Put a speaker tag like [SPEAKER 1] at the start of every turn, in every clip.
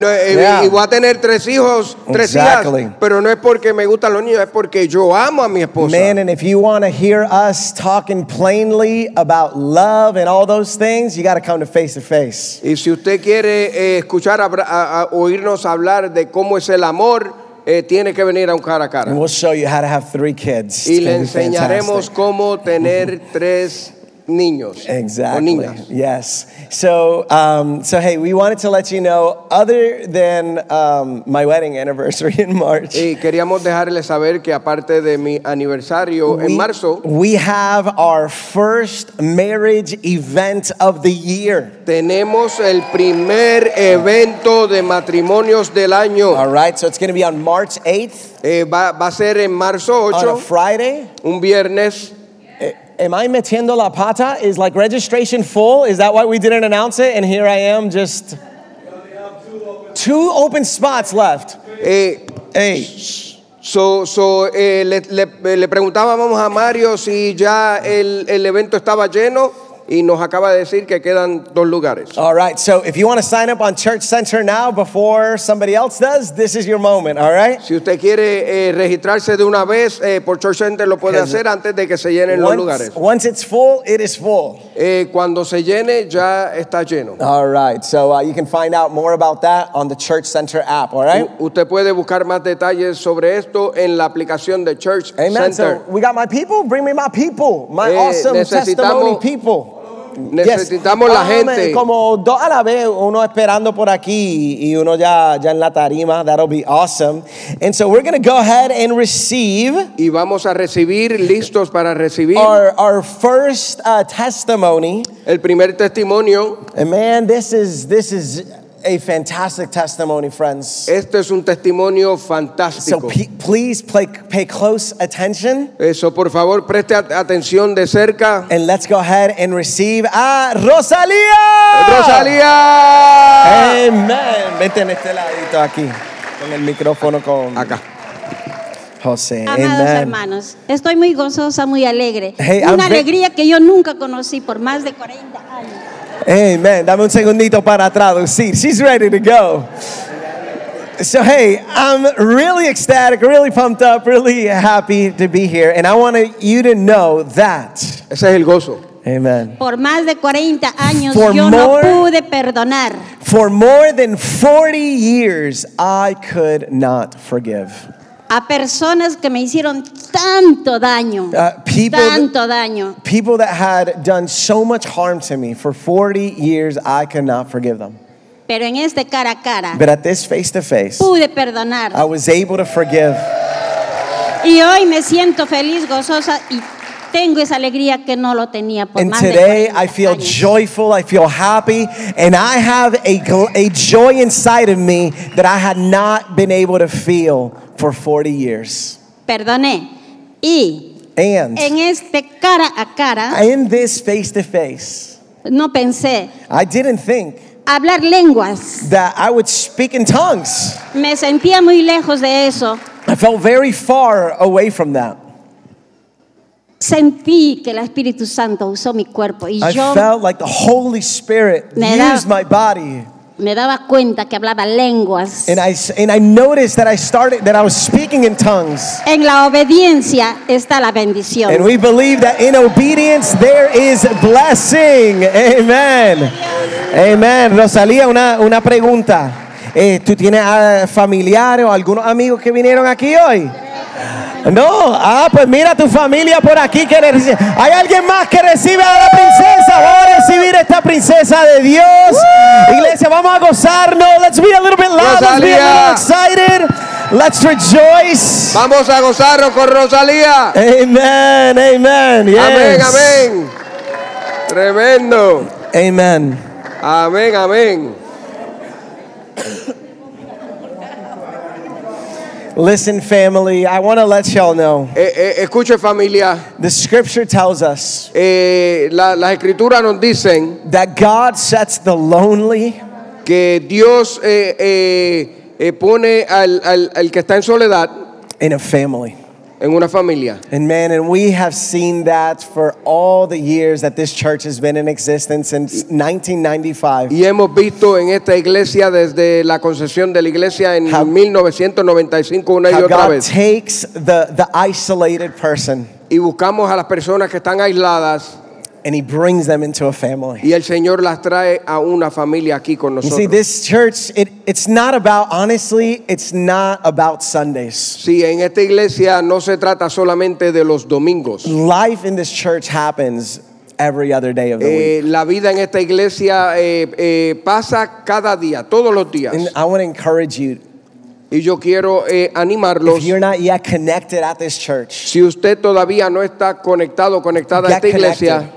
[SPEAKER 1] No, eh,
[SPEAKER 2] Yeah.
[SPEAKER 1] Y voy a tener tres hijos, tres
[SPEAKER 2] Exactly.
[SPEAKER 1] hijas, pero no es porque me gustan los niños, es porque yo amo a mi esposa.
[SPEAKER 2] Man, and if you want to hear us talking plainly about love and all those things, you got to come to face to face.
[SPEAKER 1] Y si usted quiere eh, escuchar, abra- a- a- oírnos hablar de cómo es el amor, eh, tiene que venir a un cara a cara.
[SPEAKER 2] And we'll show you how to have three kids.
[SPEAKER 1] Y
[SPEAKER 2] It's
[SPEAKER 1] le
[SPEAKER 2] gonna be
[SPEAKER 1] enseñaremos
[SPEAKER 2] fantastic.
[SPEAKER 1] cómo tener tres niños o
[SPEAKER 2] Exactly.
[SPEAKER 1] niñas.
[SPEAKER 2] Yes. So, um, so hey, we wanted to let you know. Other than um, my wedding anniversary in March,
[SPEAKER 1] Y queríamos dejarles saber que aparte de mi aniversario en marzo,
[SPEAKER 2] we have our first marriage event of the year.
[SPEAKER 1] tenemos el primer evento de matrimonios del año.
[SPEAKER 2] All right. So it's going to be on March 8th
[SPEAKER 1] Eh, va, va a ser en marzo
[SPEAKER 2] on a
[SPEAKER 1] 8,
[SPEAKER 2] Friday.
[SPEAKER 1] un viernes.
[SPEAKER 2] Eh, Am I metiendo la pata? Is like registration full? Is that why we didn't announce it? And here I am, just two open spots left.
[SPEAKER 1] Eh,
[SPEAKER 2] Hey,
[SPEAKER 1] so- so, eh, le, le- le preguntábamos a Mario si ya el, el evento estaba lleno y nos acaba de decir que quedan dos lugares.
[SPEAKER 2] all right. So if you want to sign up on Church Center now before somebody else does, this is your moment. All right.
[SPEAKER 1] Si usted quiere eh, registrarse de una vez eh, por Church Center, lo puede
[SPEAKER 2] Because
[SPEAKER 1] hacer antes de que se llenen los
[SPEAKER 2] Once,
[SPEAKER 1] lugares.
[SPEAKER 2] once it's full, it is full.
[SPEAKER 1] Eh, cuando se llene, ya está lleno.
[SPEAKER 2] All right. So uh, you can find out more about that on the Church Center app. All right.
[SPEAKER 1] U- Usted puede buscar más detalles sobre esto en la aplicación de Church
[SPEAKER 2] Amen.
[SPEAKER 1] Center.
[SPEAKER 2] So we got my people. Bring me my people. My
[SPEAKER 1] Eh,
[SPEAKER 2] awesome
[SPEAKER 1] necesitamos-
[SPEAKER 2] testimony people. Yes.
[SPEAKER 1] Necesitamos la
[SPEAKER 2] Amén.
[SPEAKER 1] gente.
[SPEAKER 2] Como dos a la vez, uno esperando por aquí y uno ya, ya en la tarima. That'll be awesome. And so we're going to go ahead and receive
[SPEAKER 1] Y vamos a recibir, listos para recibir,
[SPEAKER 2] our, our first uh, testimony.
[SPEAKER 1] el primer testimonio.
[SPEAKER 2] And man, this is, this is a fantastic testimony, friends.
[SPEAKER 1] Este es un testimonio
[SPEAKER 2] So
[SPEAKER 1] fantástico.
[SPEAKER 2] pe- please play, pay close attention.
[SPEAKER 1] Eso, por favor, preste at- atención de cerca.
[SPEAKER 2] And let's go ahead and receive a Rosalía.
[SPEAKER 1] ¡Rosalía!
[SPEAKER 2] Amen. Vete en este ladito aquí, con el micrófono con
[SPEAKER 1] Acá.
[SPEAKER 2] José.
[SPEAKER 3] Amados
[SPEAKER 2] Amen.
[SPEAKER 3] hermanos, estoy muy gozosa, muy alegre.
[SPEAKER 2] Hey, I'm
[SPEAKER 3] Una
[SPEAKER 2] ve-
[SPEAKER 3] alegría que yo nunca conocí por más de 40 años.
[SPEAKER 2] Amen. Dame un segundito para traducir. She's ready to go. So, hey, I'm really ecstatic, really pumped up, really happy to be here. And I want you to know that.
[SPEAKER 1] Ese es el gozo.
[SPEAKER 2] Amen.
[SPEAKER 3] Por más de 40 años
[SPEAKER 2] For
[SPEAKER 3] yo
[SPEAKER 2] more-
[SPEAKER 3] no pude perdonar.
[SPEAKER 2] For more than 40 years, I could not forgive.
[SPEAKER 3] A personas que me hicieron tanto daño,
[SPEAKER 2] Uh, people that-
[SPEAKER 3] tanto daño.
[SPEAKER 2] People that had done so much harm to me for 40 years, I could not forgive them.
[SPEAKER 3] Pero en este cara a cara
[SPEAKER 2] But at this face to face,
[SPEAKER 3] pude perdonar.
[SPEAKER 2] I was able to forgive. Ah.
[SPEAKER 3] Y hoy me siento feliz, gozosa y tengo esa alegría que no lo tenía por
[SPEAKER 2] And
[SPEAKER 3] más de
[SPEAKER 2] today
[SPEAKER 3] 40
[SPEAKER 2] I feel
[SPEAKER 3] años.
[SPEAKER 2] joyful, I feel happy, and I have a, gl- a joy inside of me that I had not been able to feel for 40 years.
[SPEAKER 3] Perdoné. Y
[SPEAKER 2] And
[SPEAKER 3] en este cara a cara
[SPEAKER 2] in this face to face,
[SPEAKER 3] no pensé
[SPEAKER 2] I didn't think
[SPEAKER 3] hablar lenguas.
[SPEAKER 2] that I would speak in tongues.
[SPEAKER 3] Me sentía muy lejos de eso.
[SPEAKER 2] I felt very far away from that.
[SPEAKER 3] Sentí que el Espíritu Santo usó mi cuerpo y
[SPEAKER 2] I
[SPEAKER 3] yo
[SPEAKER 2] felt like the Holy Spirit
[SPEAKER 3] Me da-
[SPEAKER 2] used my body.
[SPEAKER 3] me daba cuenta que hablaba lenguas.
[SPEAKER 2] And I, s- and I noticed that I started, that I was speaking in tongues.
[SPEAKER 3] En la obediencia está la
[SPEAKER 2] And
[SPEAKER 3] bendición.
[SPEAKER 2] we believe that in obedience there is blessing. Amen. Amen. Rosalía, una, una pregunta. Eh, ¿Tú tienes ah, familiares o algunos amigos que vinieron aquí hoy? No, ah, pues mira tu familia por aquí que le reci- Hay alguien más que recibe a la princesa. Vamos a recibir a esta princesa de Dios. Iglesia, vamos a gozarnos. Let's be a little bit loud. Let's be a little
[SPEAKER 1] Rosalía.
[SPEAKER 2] excited. Let's rejoice.
[SPEAKER 1] Vamos a gozarnos con Rosalía.
[SPEAKER 2] Amen, amen.
[SPEAKER 1] Amén,
[SPEAKER 2] Yes.
[SPEAKER 1] amén. Tremendo.
[SPEAKER 2] Amen.
[SPEAKER 1] Amén, amén.
[SPEAKER 2] Listen, family, I want to let y'all know.
[SPEAKER 1] Eh, eh, escuche familia,
[SPEAKER 2] The scripture tells us
[SPEAKER 1] eh, la- las escrituras nos dicen
[SPEAKER 2] that God sets the lonely
[SPEAKER 1] que Dios eh, eh, eh, pone al, al- al que está en soledad
[SPEAKER 2] in a family.
[SPEAKER 1] en una familia.
[SPEAKER 2] And man, and we have seen that for all the years that this church has been in existence since 1995.
[SPEAKER 1] Y hemos visto en esta iglesia, desde la concesión de la iglesia en
[SPEAKER 2] How-
[SPEAKER 1] 1995 una y
[SPEAKER 2] How
[SPEAKER 1] otra
[SPEAKER 2] God
[SPEAKER 1] vez,
[SPEAKER 2] takes the, the isolated person
[SPEAKER 1] y buscamos a las personas que están aisladas
[SPEAKER 2] and he brings them into a family.
[SPEAKER 1] y el Señor las trae a una familia aquí con
[SPEAKER 2] You see,
[SPEAKER 1] nosotros.
[SPEAKER 2] this church, it, it's not about, honestly, it's not about Sundays.
[SPEAKER 1] Sí, en esta iglesia no se trata solamente de los domingos.
[SPEAKER 2] Life in this church happens every other day of the week.
[SPEAKER 1] Eh, la vida en esta iglesia eh, eh, pasa cada día, todos los días.
[SPEAKER 2] And I want to encourage you
[SPEAKER 1] Y yo quiero eh, animarlos.
[SPEAKER 2] if you're not yet connected at this church,
[SPEAKER 1] Si usted todavía no está conectado, conectada a
[SPEAKER 2] Get
[SPEAKER 1] esta iglesia,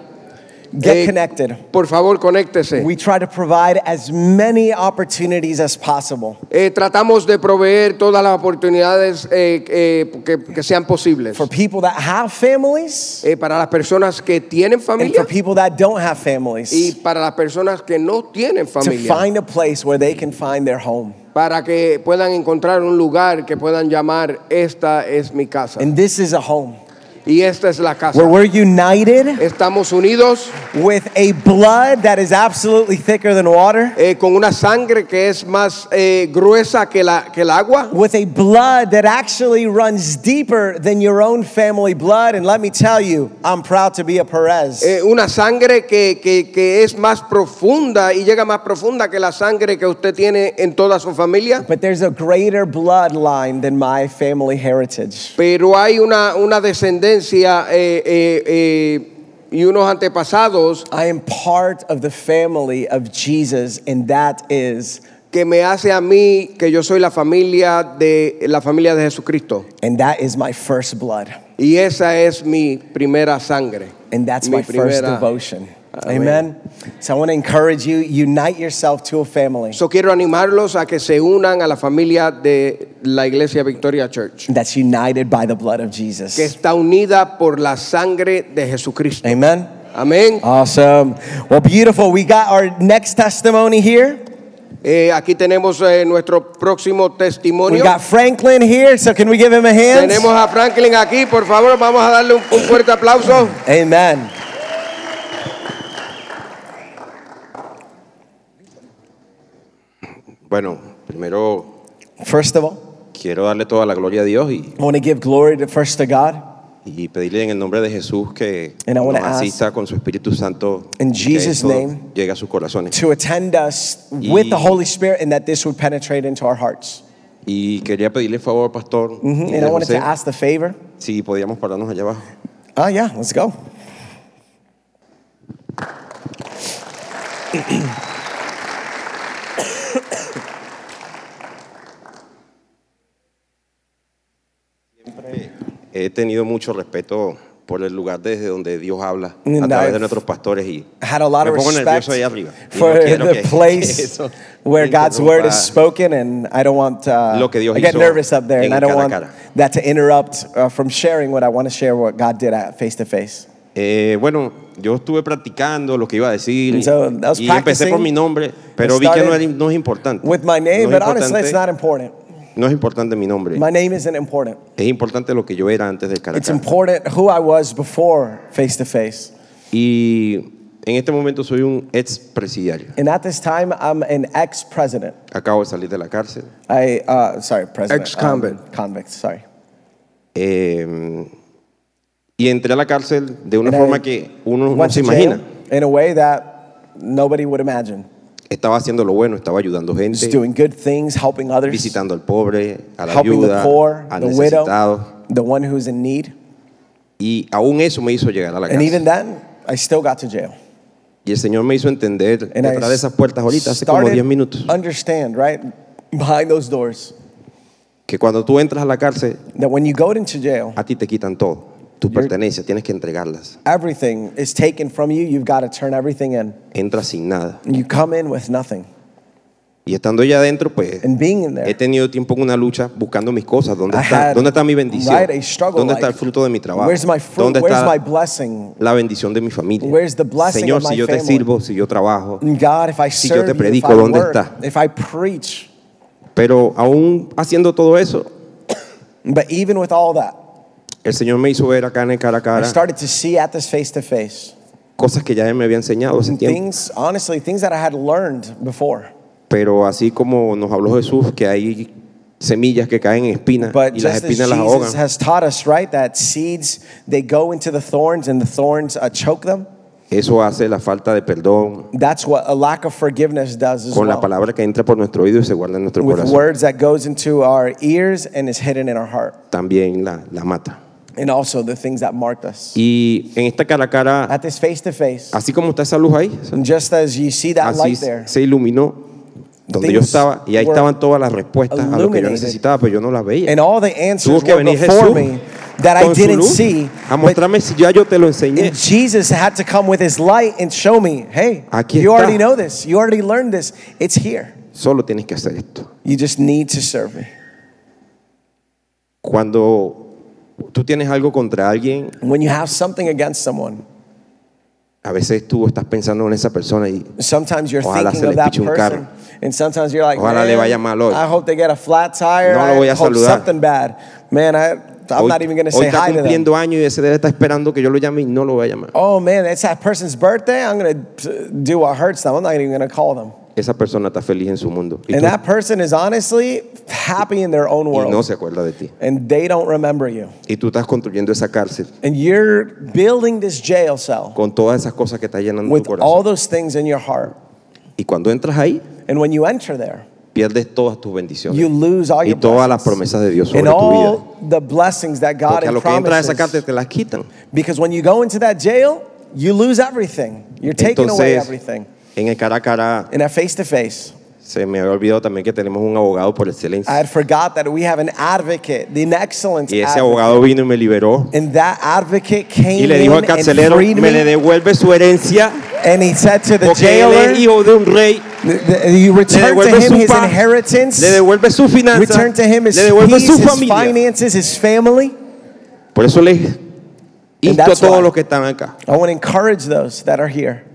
[SPEAKER 2] get
[SPEAKER 1] eh,
[SPEAKER 2] connected.
[SPEAKER 1] por favor, conéctese.
[SPEAKER 2] We try to provide as many opportunities as possible
[SPEAKER 1] Eh, tratamos de proveer todas las oportunidades eh, eh, que, que sean posibles
[SPEAKER 2] for people that have families
[SPEAKER 1] Eh, para las personas que tienen
[SPEAKER 2] and for
[SPEAKER 1] familia
[SPEAKER 2] people that don't have
[SPEAKER 1] y
[SPEAKER 2] families
[SPEAKER 1] para las personas que no tienen
[SPEAKER 2] to
[SPEAKER 1] familia,
[SPEAKER 2] find a place where they can find their home.
[SPEAKER 1] para que puedan encontrar un lugar que puedan llamar esta es mi casa
[SPEAKER 2] And this is a home
[SPEAKER 1] y esta es la casa.
[SPEAKER 2] where we're united
[SPEAKER 1] Estamos unidos
[SPEAKER 2] with a blood that is absolutely thicker than water,
[SPEAKER 1] eh, con una sangre que es más eh, gruesa que, la, que el agua.
[SPEAKER 2] with a blood that actually runs deeper than your own family blood. And let me tell you, I'm proud to be a Perez.
[SPEAKER 1] Eh, una sangre que, que- que es más profunda y llega más profunda que la sangre que usted tiene en toda su familia.
[SPEAKER 2] But there's a greater bloodline than my family heritage.
[SPEAKER 1] Pero hay una, una descendencia eh, eh, eh, y unos antepasados
[SPEAKER 2] I am part of the family of Jesus, and that is,
[SPEAKER 1] que me hace a mí que yo soy la familia de la familia de Jesucristo.
[SPEAKER 2] and that is my first blood,
[SPEAKER 1] Y esa es mi primera sangre.
[SPEAKER 2] and that's
[SPEAKER 1] mi
[SPEAKER 2] my first devotion. Amen. So I want to encourage you: unite yourself to a family
[SPEAKER 1] So, quiero animarlos a que se unan a la familia de la iglesia Victoria Church,
[SPEAKER 2] that's united by the blood of
[SPEAKER 1] que
[SPEAKER 2] Jesus.
[SPEAKER 1] está unida por la sangre de Jesucristo.
[SPEAKER 2] Amen.
[SPEAKER 1] Amén.
[SPEAKER 2] Awesome. Well, beautiful. We got our next testimony here.
[SPEAKER 1] Eh, aquí tenemos eh, nuestro próximo
[SPEAKER 2] We
[SPEAKER 1] testimonio.
[SPEAKER 2] got Franklin here, so can we give him a hand?
[SPEAKER 1] Tenemos a Franklin aquí, por favor, vamos a darle un, un fuerte aplauso.
[SPEAKER 2] Amen.
[SPEAKER 4] Bueno, primero
[SPEAKER 2] First of all,
[SPEAKER 4] quiero darle toda la gloria a Dios y,
[SPEAKER 2] I want to give glory to first to God.
[SPEAKER 4] y pedirle en el nombre de Jesús que
[SPEAKER 2] And I
[SPEAKER 4] nos
[SPEAKER 2] wanna ask
[SPEAKER 4] asista con su Espíritu Santo
[SPEAKER 2] in
[SPEAKER 4] que
[SPEAKER 2] Jesus'
[SPEAKER 4] esto
[SPEAKER 2] name
[SPEAKER 4] llegue a sus corazones.
[SPEAKER 2] to attend us with the Holy Spirit and that this would penetrate into our hearts.
[SPEAKER 4] Y quería pedirle favor, pastor,
[SPEAKER 2] Mhm.
[SPEAKER 4] y
[SPEAKER 2] And I
[SPEAKER 4] a
[SPEAKER 2] wanted
[SPEAKER 4] José,
[SPEAKER 2] to ask the favor.
[SPEAKER 4] si podíamos pararnos allá abajo.
[SPEAKER 2] Oh, yeah, let's go.
[SPEAKER 4] He tenido mucho respeto por el lugar desde donde Dios habla
[SPEAKER 2] And
[SPEAKER 4] a través
[SPEAKER 2] I've
[SPEAKER 4] de nuestros pastores y
[SPEAKER 2] I had a lot
[SPEAKER 4] me
[SPEAKER 2] of
[SPEAKER 4] pongo
[SPEAKER 2] respect
[SPEAKER 4] nervioso allá arriba. Y no
[SPEAKER 2] for
[SPEAKER 4] quiero
[SPEAKER 2] the
[SPEAKER 4] que- que
[SPEAKER 2] place
[SPEAKER 4] eso
[SPEAKER 2] where God's word
[SPEAKER 4] interrumpa
[SPEAKER 2] is spoken, and I don't want. Uh,
[SPEAKER 4] lo que Dios
[SPEAKER 2] I get
[SPEAKER 4] hizo
[SPEAKER 2] nervous up there,
[SPEAKER 4] en
[SPEAKER 2] and I don't
[SPEAKER 4] cada
[SPEAKER 2] want
[SPEAKER 4] cara.
[SPEAKER 2] that to interrupt uh, from sharing what I want to share, what God did at face to face.
[SPEAKER 4] Eh, bueno, yo estuve practicando lo que iba a decir
[SPEAKER 2] So, I was
[SPEAKER 4] y empecé por
[SPEAKER 2] practicing.
[SPEAKER 4] mi nombre,
[SPEAKER 2] I
[SPEAKER 4] pero vi que no,
[SPEAKER 2] started
[SPEAKER 4] era- no es importante.
[SPEAKER 2] With my name,
[SPEAKER 4] no, es
[SPEAKER 2] but honestly,
[SPEAKER 4] importante-
[SPEAKER 2] it's not important.
[SPEAKER 4] no es importante mi nombre.
[SPEAKER 2] My name isn't important.
[SPEAKER 4] es importante lo que yo era antes del
[SPEAKER 2] It's
[SPEAKER 4] carácter.
[SPEAKER 2] important who I was before face to face.
[SPEAKER 4] Y en este momento soy un ex presidiario.
[SPEAKER 2] And at this time, I'm an ex president.
[SPEAKER 4] Acabo de salir de la cárcel.
[SPEAKER 2] I, uh, sorry, president.
[SPEAKER 1] Ex-convict.
[SPEAKER 2] Um, convict, sorry.
[SPEAKER 4] Eh, y entré a la cárcel de una
[SPEAKER 2] And I
[SPEAKER 4] forma que uno no
[SPEAKER 2] went
[SPEAKER 4] se
[SPEAKER 2] to jail
[SPEAKER 4] imagina.
[SPEAKER 2] In a way that nobody would imagine.
[SPEAKER 4] Estaba haciendo lo bueno, estaba ayudando gente,
[SPEAKER 2] Just doing good things, helping others,
[SPEAKER 4] visitando al pobre, a la
[SPEAKER 2] helping the
[SPEAKER 4] viuda,
[SPEAKER 2] poor,
[SPEAKER 4] al
[SPEAKER 2] the widow,
[SPEAKER 4] necesitado.
[SPEAKER 2] the one who's in need.
[SPEAKER 4] Y aún eso me hizo llegar a la
[SPEAKER 2] And
[SPEAKER 4] cárcel.
[SPEAKER 2] even then, I still got to jail.
[SPEAKER 4] Y el Señor me hizo entender
[SPEAKER 2] And I
[SPEAKER 4] detrás de esas puertas ahorita, hace como
[SPEAKER 2] started
[SPEAKER 4] 10 minutos,
[SPEAKER 2] Understand, right? Behind those doors,
[SPEAKER 4] que cuando tú entras a la cárcel,
[SPEAKER 2] that when you go into jail,
[SPEAKER 4] a ti te quitan todo, tus
[SPEAKER 2] You're-
[SPEAKER 4] pertenencias, tienes que entregarlas.
[SPEAKER 2] everything is taken from you. You've got to turn everything in.
[SPEAKER 4] Entras sin nada.
[SPEAKER 2] You come in with nothing.
[SPEAKER 4] Y estando ya adentro, pues
[SPEAKER 2] and being in
[SPEAKER 4] he
[SPEAKER 2] there.
[SPEAKER 4] tenido tiempo en una lucha buscando mis cosas. ¿Dónde,
[SPEAKER 2] I
[SPEAKER 4] está,
[SPEAKER 2] had,
[SPEAKER 4] ¿dónde está mi bendición?
[SPEAKER 2] right, a struggle,
[SPEAKER 4] ¿Dónde está
[SPEAKER 2] like,
[SPEAKER 4] el fruto de mi trabajo?
[SPEAKER 2] Where's my fruit?
[SPEAKER 4] ¿Dónde
[SPEAKER 2] Where's
[SPEAKER 4] está
[SPEAKER 2] my blessing?
[SPEAKER 4] la bendición de mi familia?
[SPEAKER 2] Where's the blessing
[SPEAKER 4] Señor,
[SPEAKER 2] of
[SPEAKER 4] si
[SPEAKER 2] my
[SPEAKER 4] yo te
[SPEAKER 2] family? Mm.
[SPEAKER 4] sirvo, si yo trabajo.
[SPEAKER 2] And God, if I
[SPEAKER 4] Si yo
[SPEAKER 2] serve
[SPEAKER 4] te
[SPEAKER 2] you, if
[SPEAKER 4] predico,
[SPEAKER 2] I
[SPEAKER 4] ¿dónde
[SPEAKER 2] work,
[SPEAKER 4] está?
[SPEAKER 2] if I preach,
[SPEAKER 4] Pero aún haciendo todo eso,
[SPEAKER 2] but even with all that,
[SPEAKER 4] el Señor me hizo ver acá en el cara a
[SPEAKER 2] I
[SPEAKER 4] cara
[SPEAKER 2] started to see at this face to face
[SPEAKER 4] cosas que ya Él me había enseñado hace
[SPEAKER 2] some
[SPEAKER 4] tiempo.
[SPEAKER 2] things, honestly, things that I had learned before.
[SPEAKER 4] Pero así como nos habló Jesús, que hay semillas que caen en espinas
[SPEAKER 2] But
[SPEAKER 4] y las
[SPEAKER 2] just as
[SPEAKER 4] espinas
[SPEAKER 2] Jesus
[SPEAKER 4] las ahogan.
[SPEAKER 2] has taught us, right, that seeds they go into the thorns and the thorns uh, choke them.
[SPEAKER 4] Eso hace la falta de perdón
[SPEAKER 2] That's what a lack of forgiveness does as
[SPEAKER 4] con la
[SPEAKER 2] well.
[SPEAKER 4] palabra que entra por nuestro oído y se guarda en nuestro
[SPEAKER 2] With
[SPEAKER 4] corazón.
[SPEAKER 2] words that goes into our ears and is hidden in our heart,
[SPEAKER 4] También la, la mata.
[SPEAKER 2] and also the things that marked us.
[SPEAKER 4] Y en esta cara a cara,
[SPEAKER 2] At this face to face,
[SPEAKER 4] así como está esa luz ahí, o sea,
[SPEAKER 2] and just as you see that
[SPEAKER 4] así
[SPEAKER 2] light there,
[SPEAKER 4] se iluminó donde yo
[SPEAKER 2] Things
[SPEAKER 4] estaba y ahí
[SPEAKER 2] were
[SPEAKER 4] estaban todas las respuestas a lo que yo
[SPEAKER 2] illuminated.
[SPEAKER 4] necesitaba, pero yo no las veía.
[SPEAKER 2] and all the answers
[SPEAKER 4] Tuvo que
[SPEAKER 2] were
[SPEAKER 4] venir
[SPEAKER 2] before
[SPEAKER 4] Jesús
[SPEAKER 2] me that I
[SPEAKER 4] con su
[SPEAKER 2] didn't
[SPEAKER 4] luz
[SPEAKER 2] see.
[SPEAKER 4] a
[SPEAKER 2] but
[SPEAKER 4] mostrarme si ya yo te lo enseñé.
[SPEAKER 2] And Jesus had to come with his light and show me, hey,
[SPEAKER 4] Aquí
[SPEAKER 2] you
[SPEAKER 4] está.
[SPEAKER 2] already know this. You already learned this. It's here.
[SPEAKER 4] Solo tienes que hacer esto.
[SPEAKER 2] You just need to serve me.
[SPEAKER 4] Cuando tú tienes algo contra alguien,
[SPEAKER 2] When you have something against someone,
[SPEAKER 4] a veces tú estás pensando en esa persona y
[SPEAKER 2] sometimes you're
[SPEAKER 4] Ojalá se
[SPEAKER 2] thinking
[SPEAKER 4] le
[SPEAKER 2] of that
[SPEAKER 4] piche un
[SPEAKER 2] person.
[SPEAKER 4] carro.
[SPEAKER 2] And sometimes you're like,
[SPEAKER 4] Ojalá le
[SPEAKER 2] "Man,
[SPEAKER 4] vaya mal hoy.
[SPEAKER 2] I hope they get a flat tire.
[SPEAKER 4] No lo
[SPEAKER 2] I
[SPEAKER 4] voy a
[SPEAKER 2] hope
[SPEAKER 4] saludar."
[SPEAKER 2] something bad. Man, I, I'm
[SPEAKER 4] hoy,
[SPEAKER 2] not even going to
[SPEAKER 4] hoy
[SPEAKER 2] say
[SPEAKER 4] está
[SPEAKER 2] hi to them.
[SPEAKER 4] cumpliendo años y ese debe estar esperando que yo lo llame y no lo voy a llamar.
[SPEAKER 2] Oh man, it's that person's birthday. I'm going to do what hurts them. I'm not even going to call them.
[SPEAKER 4] Esa persona está feliz en su mundo y,
[SPEAKER 2] And
[SPEAKER 4] tú-
[SPEAKER 2] that person is honestly happy in their own
[SPEAKER 4] y
[SPEAKER 2] world.
[SPEAKER 4] no se acuerda de ti.
[SPEAKER 2] And they don't remember you.
[SPEAKER 4] Y tú estás construyendo esa cárcel
[SPEAKER 2] And you're building this jail cell
[SPEAKER 4] con todas esas cosas que están llenando tu
[SPEAKER 2] with
[SPEAKER 4] corazón.
[SPEAKER 2] all those things in your heart.
[SPEAKER 4] Y cuando entras ahí,
[SPEAKER 2] And when you enter there,
[SPEAKER 4] pierdes todas tus bendiciones
[SPEAKER 2] you lose all
[SPEAKER 4] y
[SPEAKER 2] your
[SPEAKER 4] todas las
[SPEAKER 2] blessings.
[SPEAKER 4] promesas de Dios sobre
[SPEAKER 2] And
[SPEAKER 4] tu vida.
[SPEAKER 2] all the blessings that God
[SPEAKER 4] Porque a
[SPEAKER 2] had
[SPEAKER 4] lo que entras a esa cárcel
[SPEAKER 2] promised.
[SPEAKER 4] te las quitan.
[SPEAKER 2] Because when you go into that jail, you lose everything. You're taking away
[SPEAKER 4] Entonces,
[SPEAKER 2] everything.
[SPEAKER 4] en el cara a cara,
[SPEAKER 2] And at face to face,
[SPEAKER 4] se me había olvidado también que tenemos un abogado por excelencia.
[SPEAKER 2] I had forgot that we have an advocate, the excellence
[SPEAKER 4] Y ese
[SPEAKER 2] advocate.
[SPEAKER 4] abogado vino y me liberó.
[SPEAKER 2] And that advocate
[SPEAKER 4] Y
[SPEAKER 2] came
[SPEAKER 4] le dijo al
[SPEAKER 2] in and
[SPEAKER 4] carcelero,
[SPEAKER 2] freed
[SPEAKER 4] me le
[SPEAKER 2] me.
[SPEAKER 4] devuelve su herencia
[SPEAKER 2] And he said to the
[SPEAKER 4] porque él
[SPEAKER 2] jailer,
[SPEAKER 4] es hijo de un rey.
[SPEAKER 2] th- th- you
[SPEAKER 4] Le
[SPEAKER 2] return to
[SPEAKER 4] devuelve
[SPEAKER 2] him
[SPEAKER 4] su
[SPEAKER 2] his
[SPEAKER 4] paz,
[SPEAKER 2] inheritance.
[SPEAKER 4] le devuelve su finanza,
[SPEAKER 2] Return to him his
[SPEAKER 4] le devuelve
[SPEAKER 2] peace,
[SPEAKER 4] su
[SPEAKER 2] his
[SPEAKER 4] familia.
[SPEAKER 2] finances, his family.
[SPEAKER 4] Por eso les insto a
[SPEAKER 2] that's
[SPEAKER 4] todos
[SPEAKER 2] why-
[SPEAKER 4] los que están acá,
[SPEAKER 2] I want to encourage those that are here.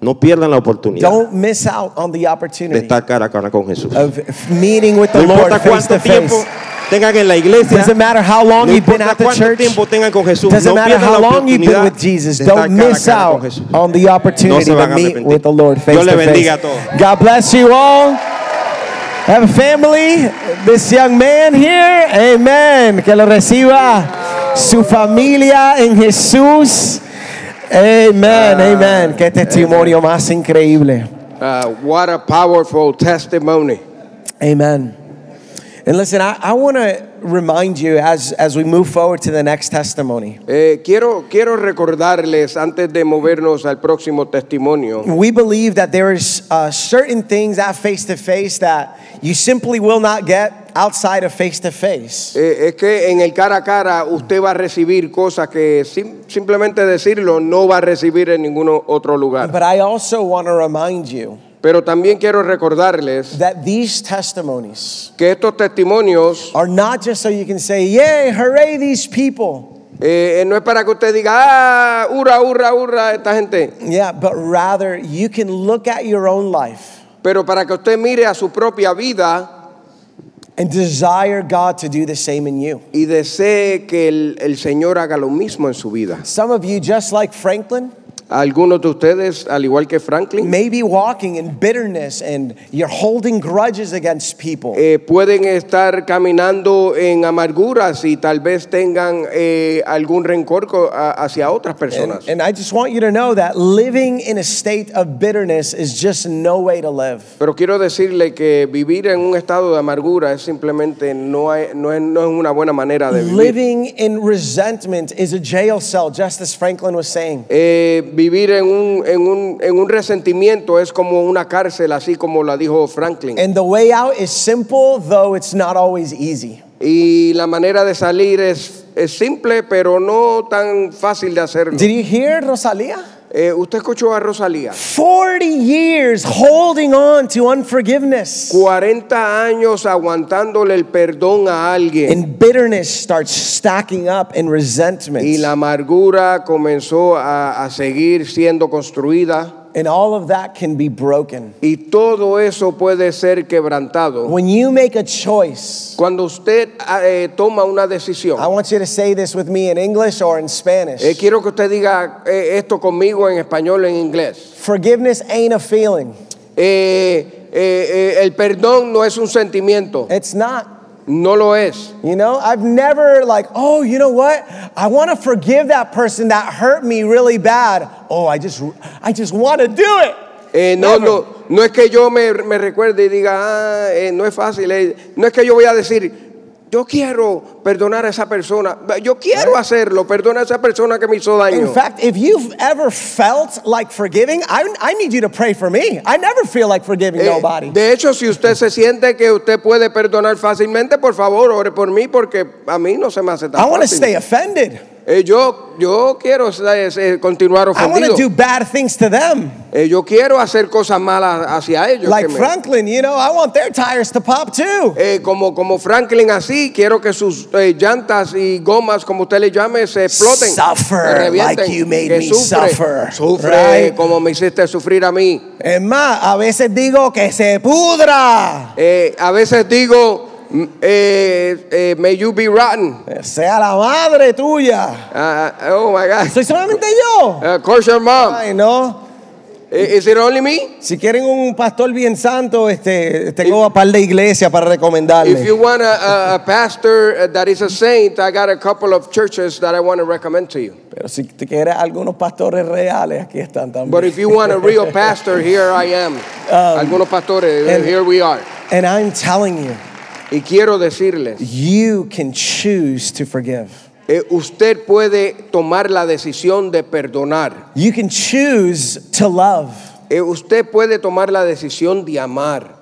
[SPEAKER 4] no pierdan la oportunidad
[SPEAKER 2] Don't miss out on the
[SPEAKER 4] de
[SPEAKER 2] opportunity
[SPEAKER 4] estar cara a cara con Jesús. No
[SPEAKER 2] of meeting with the Lord
[SPEAKER 4] importa
[SPEAKER 2] face
[SPEAKER 4] cuánto
[SPEAKER 2] to
[SPEAKER 4] tiempo
[SPEAKER 2] face.
[SPEAKER 4] tengan en la iglesia,
[SPEAKER 2] Doesn't matter how long
[SPEAKER 4] no
[SPEAKER 2] you've been
[SPEAKER 4] importa
[SPEAKER 2] at the
[SPEAKER 4] cuánto
[SPEAKER 2] church.
[SPEAKER 4] tiempo tengan con Jesús,
[SPEAKER 2] Doesn't
[SPEAKER 4] no
[SPEAKER 2] matter
[SPEAKER 4] pierdan la
[SPEAKER 2] how long you've been
[SPEAKER 4] oportunidad
[SPEAKER 2] with Jesus.
[SPEAKER 4] de estar
[SPEAKER 2] Don't
[SPEAKER 4] cara a
[SPEAKER 2] miss
[SPEAKER 4] cara con
[SPEAKER 2] out
[SPEAKER 4] Jesús.
[SPEAKER 2] on the
[SPEAKER 4] No
[SPEAKER 2] opportunity
[SPEAKER 4] se van
[SPEAKER 2] to
[SPEAKER 4] a
[SPEAKER 2] meet
[SPEAKER 4] arrepentir.
[SPEAKER 2] with the Lord face
[SPEAKER 4] Dios le
[SPEAKER 2] to
[SPEAKER 4] bendiga a
[SPEAKER 2] face.
[SPEAKER 4] todos.
[SPEAKER 2] God bless you all. Have a family. This young man here, amen. Que lo reciba su familia en Jesús.
[SPEAKER 4] Ah,
[SPEAKER 2] Amen, amen. Qué testimonio más increíble.
[SPEAKER 1] Uh, what a powerful testimony.
[SPEAKER 2] Amen. And listen, I, I want to remind you as, as we move forward to the next testimony.
[SPEAKER 1] Eh, quiero, quiero recordarles, antes de movernos al próximo testimonio,
[SPEAKER 2] We believe that there is uh, certain things at face to face that you simply will not get outside of face to face.
[SPEAKER 1] eh, es que en el cara a cara usted va a recibir cosas que sim- simplemente decirlo no va a recibir en ningún otro lugar.
[SPEAKER 2] But I also want to remind you
[SPEAKER 1] Pero también quiero recordarles
[SPEAKER 2] that these testimonies
[SPEAKER 1] que estos testimonios
[SPEAKER 2] are not just so you can say, "Yay, hooray, these people."
[SPEAKER 1] eh, no es para que usted diga, ah, hurra, hurra, hurra, esta gente.
[SPEAKER 2] Yeah, but rather you can look at your own life
[SPEAKER 1] Pero para que usted mire a su propia vida
[SPEAKER 2] and desire God to do the same in you.
[SPEAKER 1] y desee que el, el Señor haga lo mismo en su vida.
[SPEAKER 2] Some of you, just like Franklin,
[SPEAKER 1] Algunos de ustedes, al igual que Franklin,
[SPEAKER 2] may be walking in bitterness and you're holding grudges against people.
[SPEAKER 1] eh, pueden estar caminando en amarguras y tal vez tengan eh, algún rencor co- a- hacia otras personas.
[SPEAKER 2] And I just want you to know that living in a state of bitterness is just no way to live.
[SPEAKER 1] Pero quiero decirle que vivir en un estado de amargura es simplemente no, hay- no es, no es una buena manera de vivir.
[SPEAKER 2] Living in resentment is a jail cell, just as Franklin was saying.
[SPEAKER 1] Eh, vivir en un, en, un, en un resentimiento es como una cárcel, así como la dijo Franklin.
[SPEAKER 2] And the way out is simple, though it's not always easy.
[SPEAKER 1] Y la manera de salir es, es simple, pero no tan fácil de hacerlo.
[SPEAKER 2] Did you hear Rosalia?
[SPEAKER 1] Eh, usted escuchó a Rosalía.
[SPEAKER 2] 40 years holding on to unforgiveness
[SPEAKER 1] 40 años aguantándole el perdón a alguien.
[SPEAKER 2] and bitterness starts stacking up and resentment.
[SPEAKER 1] Y la amargura comenzó a, a seguir siendo construida.
[SPEAKER 2] And all of that can be broken.
[SPEAKER 1] Y todo eso puede ser quebrantado.
[SPEAKER 2] When you make a choice,
[SPEAKER 1] Cuando usted eh, toma una decisión,
[SPEAKER 2] I want you to say this with me in English or in Spanish.
[SPEAKER 1] eh, quiero que usted diga eh, esto conmigo en español o en inglés.
[SPEAKER 2] Forgiveness ain't a feeling.
[SPEAKER 1] Eh, eh, eh, el perdón no es un sentimiento,
[SPEAKER 2] It's not.
[SPEAKER 1] no lo es.
[SPEAKER 2] You know, I've never like, oh, you know what? I want to forgive that person that hurt me really bad. Oh, I just I just want to do it.
[SPEAKER 1] Eh, no,
[SPEAKER 2] Never.
[SPEAKER 1] no, no es que yo me, me recuerde y diga, ah, eh, no es fácil. eh, No es que yo voy a decir, yo quiero perdonar a esa persona. Yo quiero hacerlo, perdona a esa persona que me hizo daño.
[SPEAKER 2] In fact, if you've ever felt like forgiving, I, I need you to pray for me. I never feel like forgiving
[SPEAKER 1] Eh,
[SPEAKER 2] nobody.
[SPEAKER 1] de hecho, si usted se siente que usted puede perdonar fácilmente, por favor, ore por mí porque a mí no se me hace tan
[SPEAKER 2] I want to
[SPEAKER 1] fácil.
[SPEAKER 2] stay offended.
[SPEAKER 1] Eh, yo, yo quiero eh, eh, continuar
[SPEAKER 2] I want
[SPEAKER 1] ofendido.
[SPEAKER 2] to do bad things to them.
[SPEAKER 1] Eh, yo quiero hacer cosas malas hacia ellos.
[SPEAKER 2] Like
[SPEAKER 1] que me-
[SPEAKER 2] Franklin, you know, I want their tires to pop too.
[SPEAKER 1] Eh, como, como Franklin así, quiero que sus eh, llantas y gomas, como usted le llame, se exploten.
[SPEAKER 2] Suffer,
[SPEAKER 1] se revienten,
[SPEAKER 2] like you made
[SPEAKER 1] que
[SPEAKER 2] me
[SPEAKER 1] sufre,
[SPEAKER 2] suffer,
[SPEAKER 1] sufre
[SPEAKER 2] right?
[SPEAKER 1] como me hiciste sufrir a mí.
[SPEAKER 2] Es más, a veces digo que se pudra.
[SPEAKER 1] Eh, a veces digo, mm, eh, eh, may you be rotten.
[SPEAKER 2] Eh, Sea la madre tuya.
[SPEAKER 1] Ah, ah, oh my God.
[SPEAKER 2] Soy solamente yo.
[SPEAKER 1] Uh, curse your mom.
[SPEAKER 2] Ay, no.
[SPEAKER 1] Eh, Is it only me?
[SPEAKER 2] Si quieren un pastor bien santo, este, tengo un par de iglesias para recomendarles.
[SPEAKER 1] If you want a, a, a pastor uh, that is a saint, I got a couple of churches that I want to recommend to you.
[SPEAKER 2] Pero si te quieres algunos pastores reales, aquí están también.
[SPEAKER 1] But if you want a real pastor, here I am. Algunos pastores,
[SPEAKER 2] Um,
[SPEAKER 1] eh,
[SPEAKER 2] and-
[SPEAKER 1] here we are.
[SPEAKER 2] And I'm telling you,
[SPEAKER 1] Y quiero decirles,
[SPEAKER 2] you can choose to forgive.
[SPEAKER 1] eh, usted puede tomar la decisión de perdonar.
[SPEAKER 2] You can choose to love.
[SPEAKER 1] Eh, usted puede tomar la decisión de amar.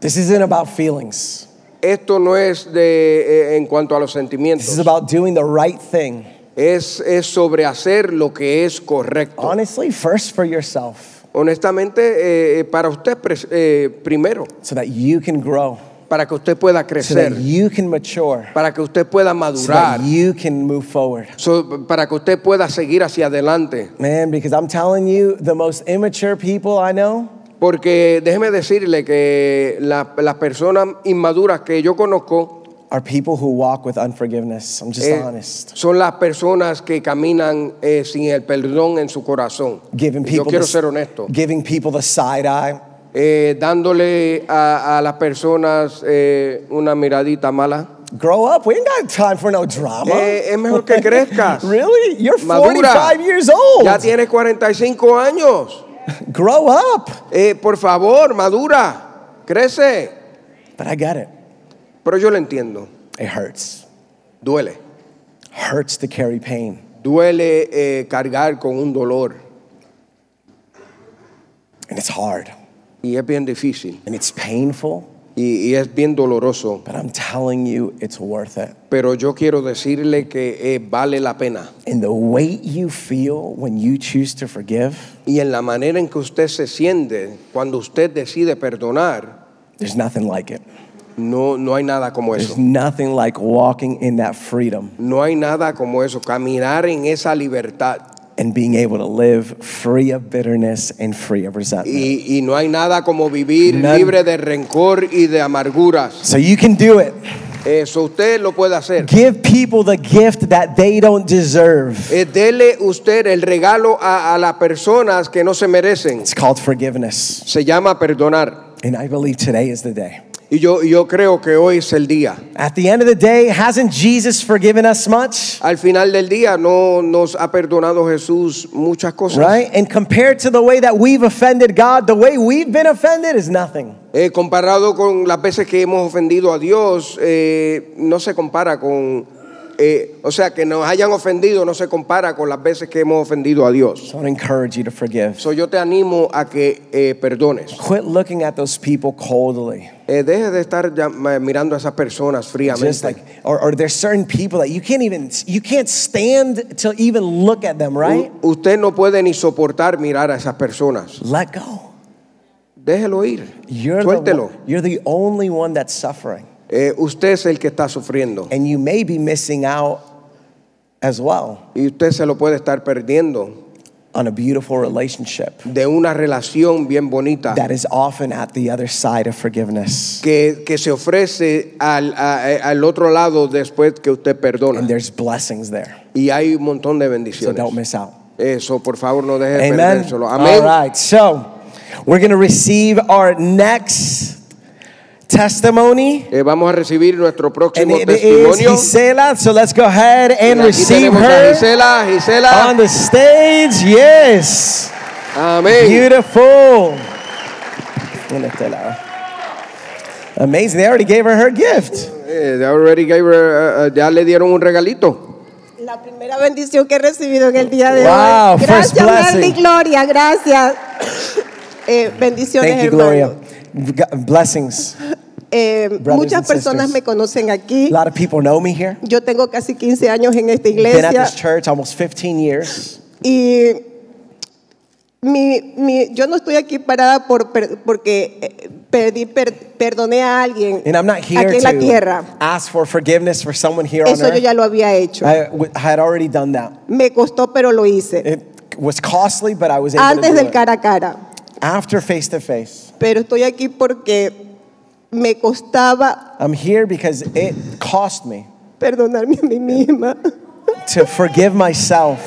[SPEAKER 2] This isn't about feelings.
[SPEAKER 1] Esto no es de eh, en cuanto a los
[SPEAKER 2] This is
[SPEAKER 1] sentimientos.
[SPEAKER 2] about doing the right thing.
[SPEAKER 1] Es, es sobre hacer lo que es correcto.
[SPEAKER 2] Honestly, first for yourself
[SPEAKER 1] Honestamente, eh, para usted pres- eh, primero,
[SPEAKER 2] so that you can grow,
[SPEAKER 1] para que usted pueda
[SPEAKER 2] so that
[SPEAKER 1] crecer,
[SPEAKER 2] you can mature,
[SPEAKER 1] para que usted pueda
[SPEAKER 2] so that
[SPEAKER 1] madurar,
[SPEAKER 2] you can move forward.
[SPEAKER 1] so- para que usted pueda seguir hacia adelante.
[SPEAKER 2] Man, because I'm telling you, the most immature people I know,
[SPEAKER 1] Porque déjeme decirle que la- las personas inmaduras que yo conozco
[SPEAKER 2] are people who walk with unforgiveness. I'm just
[SPEAKER 1] eh,
[SPEAKER 2] honest.
[SPEAKER 1] son las personas que caminan eh, sin el perdón en su corazón.
[SPEAKER 2] Giving
[SPEAKER 1] Yo
[SPEAKER 2] people
[SPEAKER 1] quiero
[SPEAKER 2] the-
[SPEAKER 1] ser honesto.
[SPEAKER 2] Giving people the side eye.
[SPEAKER 1] Eh, dándole a, a las personas eh, una miradita mala.
[SPEAKER 2] Grow up. We ain't got time for no drama.
[SPEAKER 1] Eh, es mejor que crezcas.
[SPEAKER 2] really? You're
[SPEAKER 1] Madura.
[SPEAKER 2] 45 years old.
[SPEAKER 1] Ya tienes 45 años.
[SPEAKER 2] Grow up.
[SPEAKER 1] Eh, por favor, madura, crece.
[SPEAKER 2] But I get it.
[SPEAKER 1] Pero yo lo entiendo.
[SPEAKER 2] It hurts.
[SPEAKER 1] Duele.
[SPEAKER 2] Hurts to carry pain.
[SPEAKER 1] Duele eh, cargar con un dolor.
[SPEAKER 2] And it's hard.
[SPEAKER 1] Y es bien difícil.
[SPEAKER 2] And it's painful.
[SPEAKER 1] Y, y es bien doloroso.
[SPEAKER 2] But I'm telling you, it's worth it.
[SPEAKER 1] Pero yo quiero decirle que eh, vale la pena.
[SPEAKER 2] And the weight you feel when you choose to forgive,
[SPEAKER 1] Y en la manera en que usted se siente cuando usted decide perdonar,
[SPEAKER 2] there's nothing like it.
[SPEAKER 1] no, no hay nada como
[SPEAKER 2] There's
[SPEAKER 1] eso.
[SPEAKER 2] nothing like walking in that freedom
[SPEAKER 1] No hay nada como eso. Caminar en esa libertad.
[SPEAKER 2] and being able to live free of bitterness and free of resentment.
[SPEAKER 1] Y, y no hay nada como vivir
[SPEAKER 2] None.
[SPEAKER 1] libre de rencor y de amarguras.
[SPEAKER 2] So you can do it.
[SPEAKER 1] Eso usted lo puede hacer.
[SPEAKER 2] Give people the gift that they don't deserve.
[SPEAKER 1] Eh, dele usted el regalo a, a las personas que no se merecen.
[SPEAKER 2] It's called forgiveness.
[SPEAKER 1] Se llama perdonar.
[SPEAKER 2] And I believe today is the day.
[SPEAKER 1] Y yo, y yo creo que hoy es el día.
[SPEAKER 2] At the end of the day, hasn't Jesus forgiven us much?
[SPEAKER 1] Al final del día no nos ha perdonado Jesús muchas cosas.
[SPEAKER 2] Right? And compared to the way that we've offended God, the way we've been offended is nothing.
[SPEAKER 1] Eh, comparado con las veces que hemos ofendido a Dios, eh, no se compara con... eh, o sea, que nos hayan ofendido no se compara con las veces que hemos ofendido a Dios.
[SPEAKER 2] So I want to encourage you to forgive.
[SPEAKER 1] So, yo te animo a que eh, perdones.
[SPEAKER 2] Quit looking at those people coldly.
[SPEAKER 1] eh, deje de estar ya- ma- mirando a esas personas
[SPEAKER 2] Just
[SPEAKER 1] fríamente.
[SPEAKER 2] like, or, or there's certain people that you can't even, you can't stand to even look at them, right?
[SPEAKER 1] U- usted no puede ni soportar mirar a esas personas.
[SPEAKER 2] Let go.
[SPEAKER 1] Déjelo ir.
[SPEAKER 2] You're the,
[SPEAKER 1] Suéltelo.
[SPEAKER 2] one- you're the only one that's suffering.
[SPEAKER 1] Eh, usted es el que está sufriendo.
[SPEAKER 2] And you may be missing out as well
[SPEAKER 1] Y usted se lo puede estar perdiendo
[SPEAKER 2] on a beautiful relationship
[SPEAKER 1] de una relación bien bonita
[SPEAKER 2] that is often at the other side of forgiveness.
[SPEAKER 1] que, que se ofrece al, a- eh, al otro lado después que usted
[SPEAKER 2] And
[SPEAKER 1] perdona.
[SPEAKER 2] there's blessings there.
[SPEAKER 1] Y hay un montón de
[SPEAKER 2] So don't
[SPEAKER 1] bendiciones.
[SPEAKER 2] miss out.
[SPEAKER 1] Eso, por favor, no deje de
[SPEAKER 2] Amen.
[SPEAKER 1] perdérselo.
[SPEAKER 2] All
[SPEAKER 1] Amén.
[SPEAKER 2] right. So we're going to receive our next testimony.
[SPEAKER 1] Eh, vamos a recibir nuestro
[SPEAKER 2] And
[SPEAKER 1] próximo
[SPEAKER 2] it is
[SPEAKER 1] testimonio.
[SPEAKER 2] Gisela. So let's go ahead and
[SPEAKER 1] Y aquí
[SPEAKER 2] receive
[SPEAKER 1] tenemos a
[SPEAKER 2] her
[SPEAKER 1] Gisela, Gisela.
[SPEAKER 2] on the stage. Yes.
[SPEAKER 1] Amén.
[SPEAKER 2] Beautiful. este Amazing. They already gave her her gift.
[SPEAKER 1] Eh, they already gave her, uh, uh, ya le dieron un regalito.
[SPEAKER 5] La primera bendición que he recibido en el día de hoy.
[SPEAKER 2] Wow, first
[SPEAKER 5] Gracias,
[SPEAKER 2] blessing.
[SPEAKER 5] Marley Gloria, gracias. Eh, bendiciones,
[SPEAKER 2] Thank you,
[SPEAKER 5] hermano.
[SPEAKER 2] Gloria. G- Blessings.
[SPEAKER 5] Eh,
[SPEAKER 2] Brothers and
[SPEAKER 5] muchas personas
[SPEAKER 2] sisters.
[SPEAKER 5] me conocen
[SPEAKER 2] A
[SPEAKER 5] aquí.
[SPEAKER 2] lot of people know me here.
[SPEAKER 5] Yo tengo casi 15 años en esta
[SPEAKER 2] Been at
[SPEAKER 5] iglesia
[SPEAKER 2] this church almost 15 years.
[SPEAKER 5] y mi- mi- yo no estoy aquí parada por, per- porque eh, pedí per- perdoné a alguien
[SPEAKER 2] And I'm not
[SPEAKER 5] aquí
[SPEAKER 2] here
[SPEAKER 5] en la
[SPEAKER 2] to
[SPEAKER 5] tierra.
[SPEAKER 2] ask for forgiveness for someone here on
[SPEAKER 5] Eso yo
[SPEAKER 2] earth.
[SPEAKER 5] ya lo había hecho.
[SPEAKER 2] I w- had already done that.
[SPEAKER 5] Me costó, pero lo hice.
[SPEAKER 2] It was costly, but I was able
[SPEAKER 5] Antes
[SPEAKER 2] to
[SPEAKER 5] del
[SPEAKER 2] do it.
[SPEAKER 5] cara a cara.
[SPEAKER 2] After face to face.
[SPEAKER 5] pero estoy aquí porque me costaba
[SPEAKER 2] I'm here because it cost me
[SPEAKER 5] perdonarme a mí misma.
[SPEAKER 2] to forgive myself.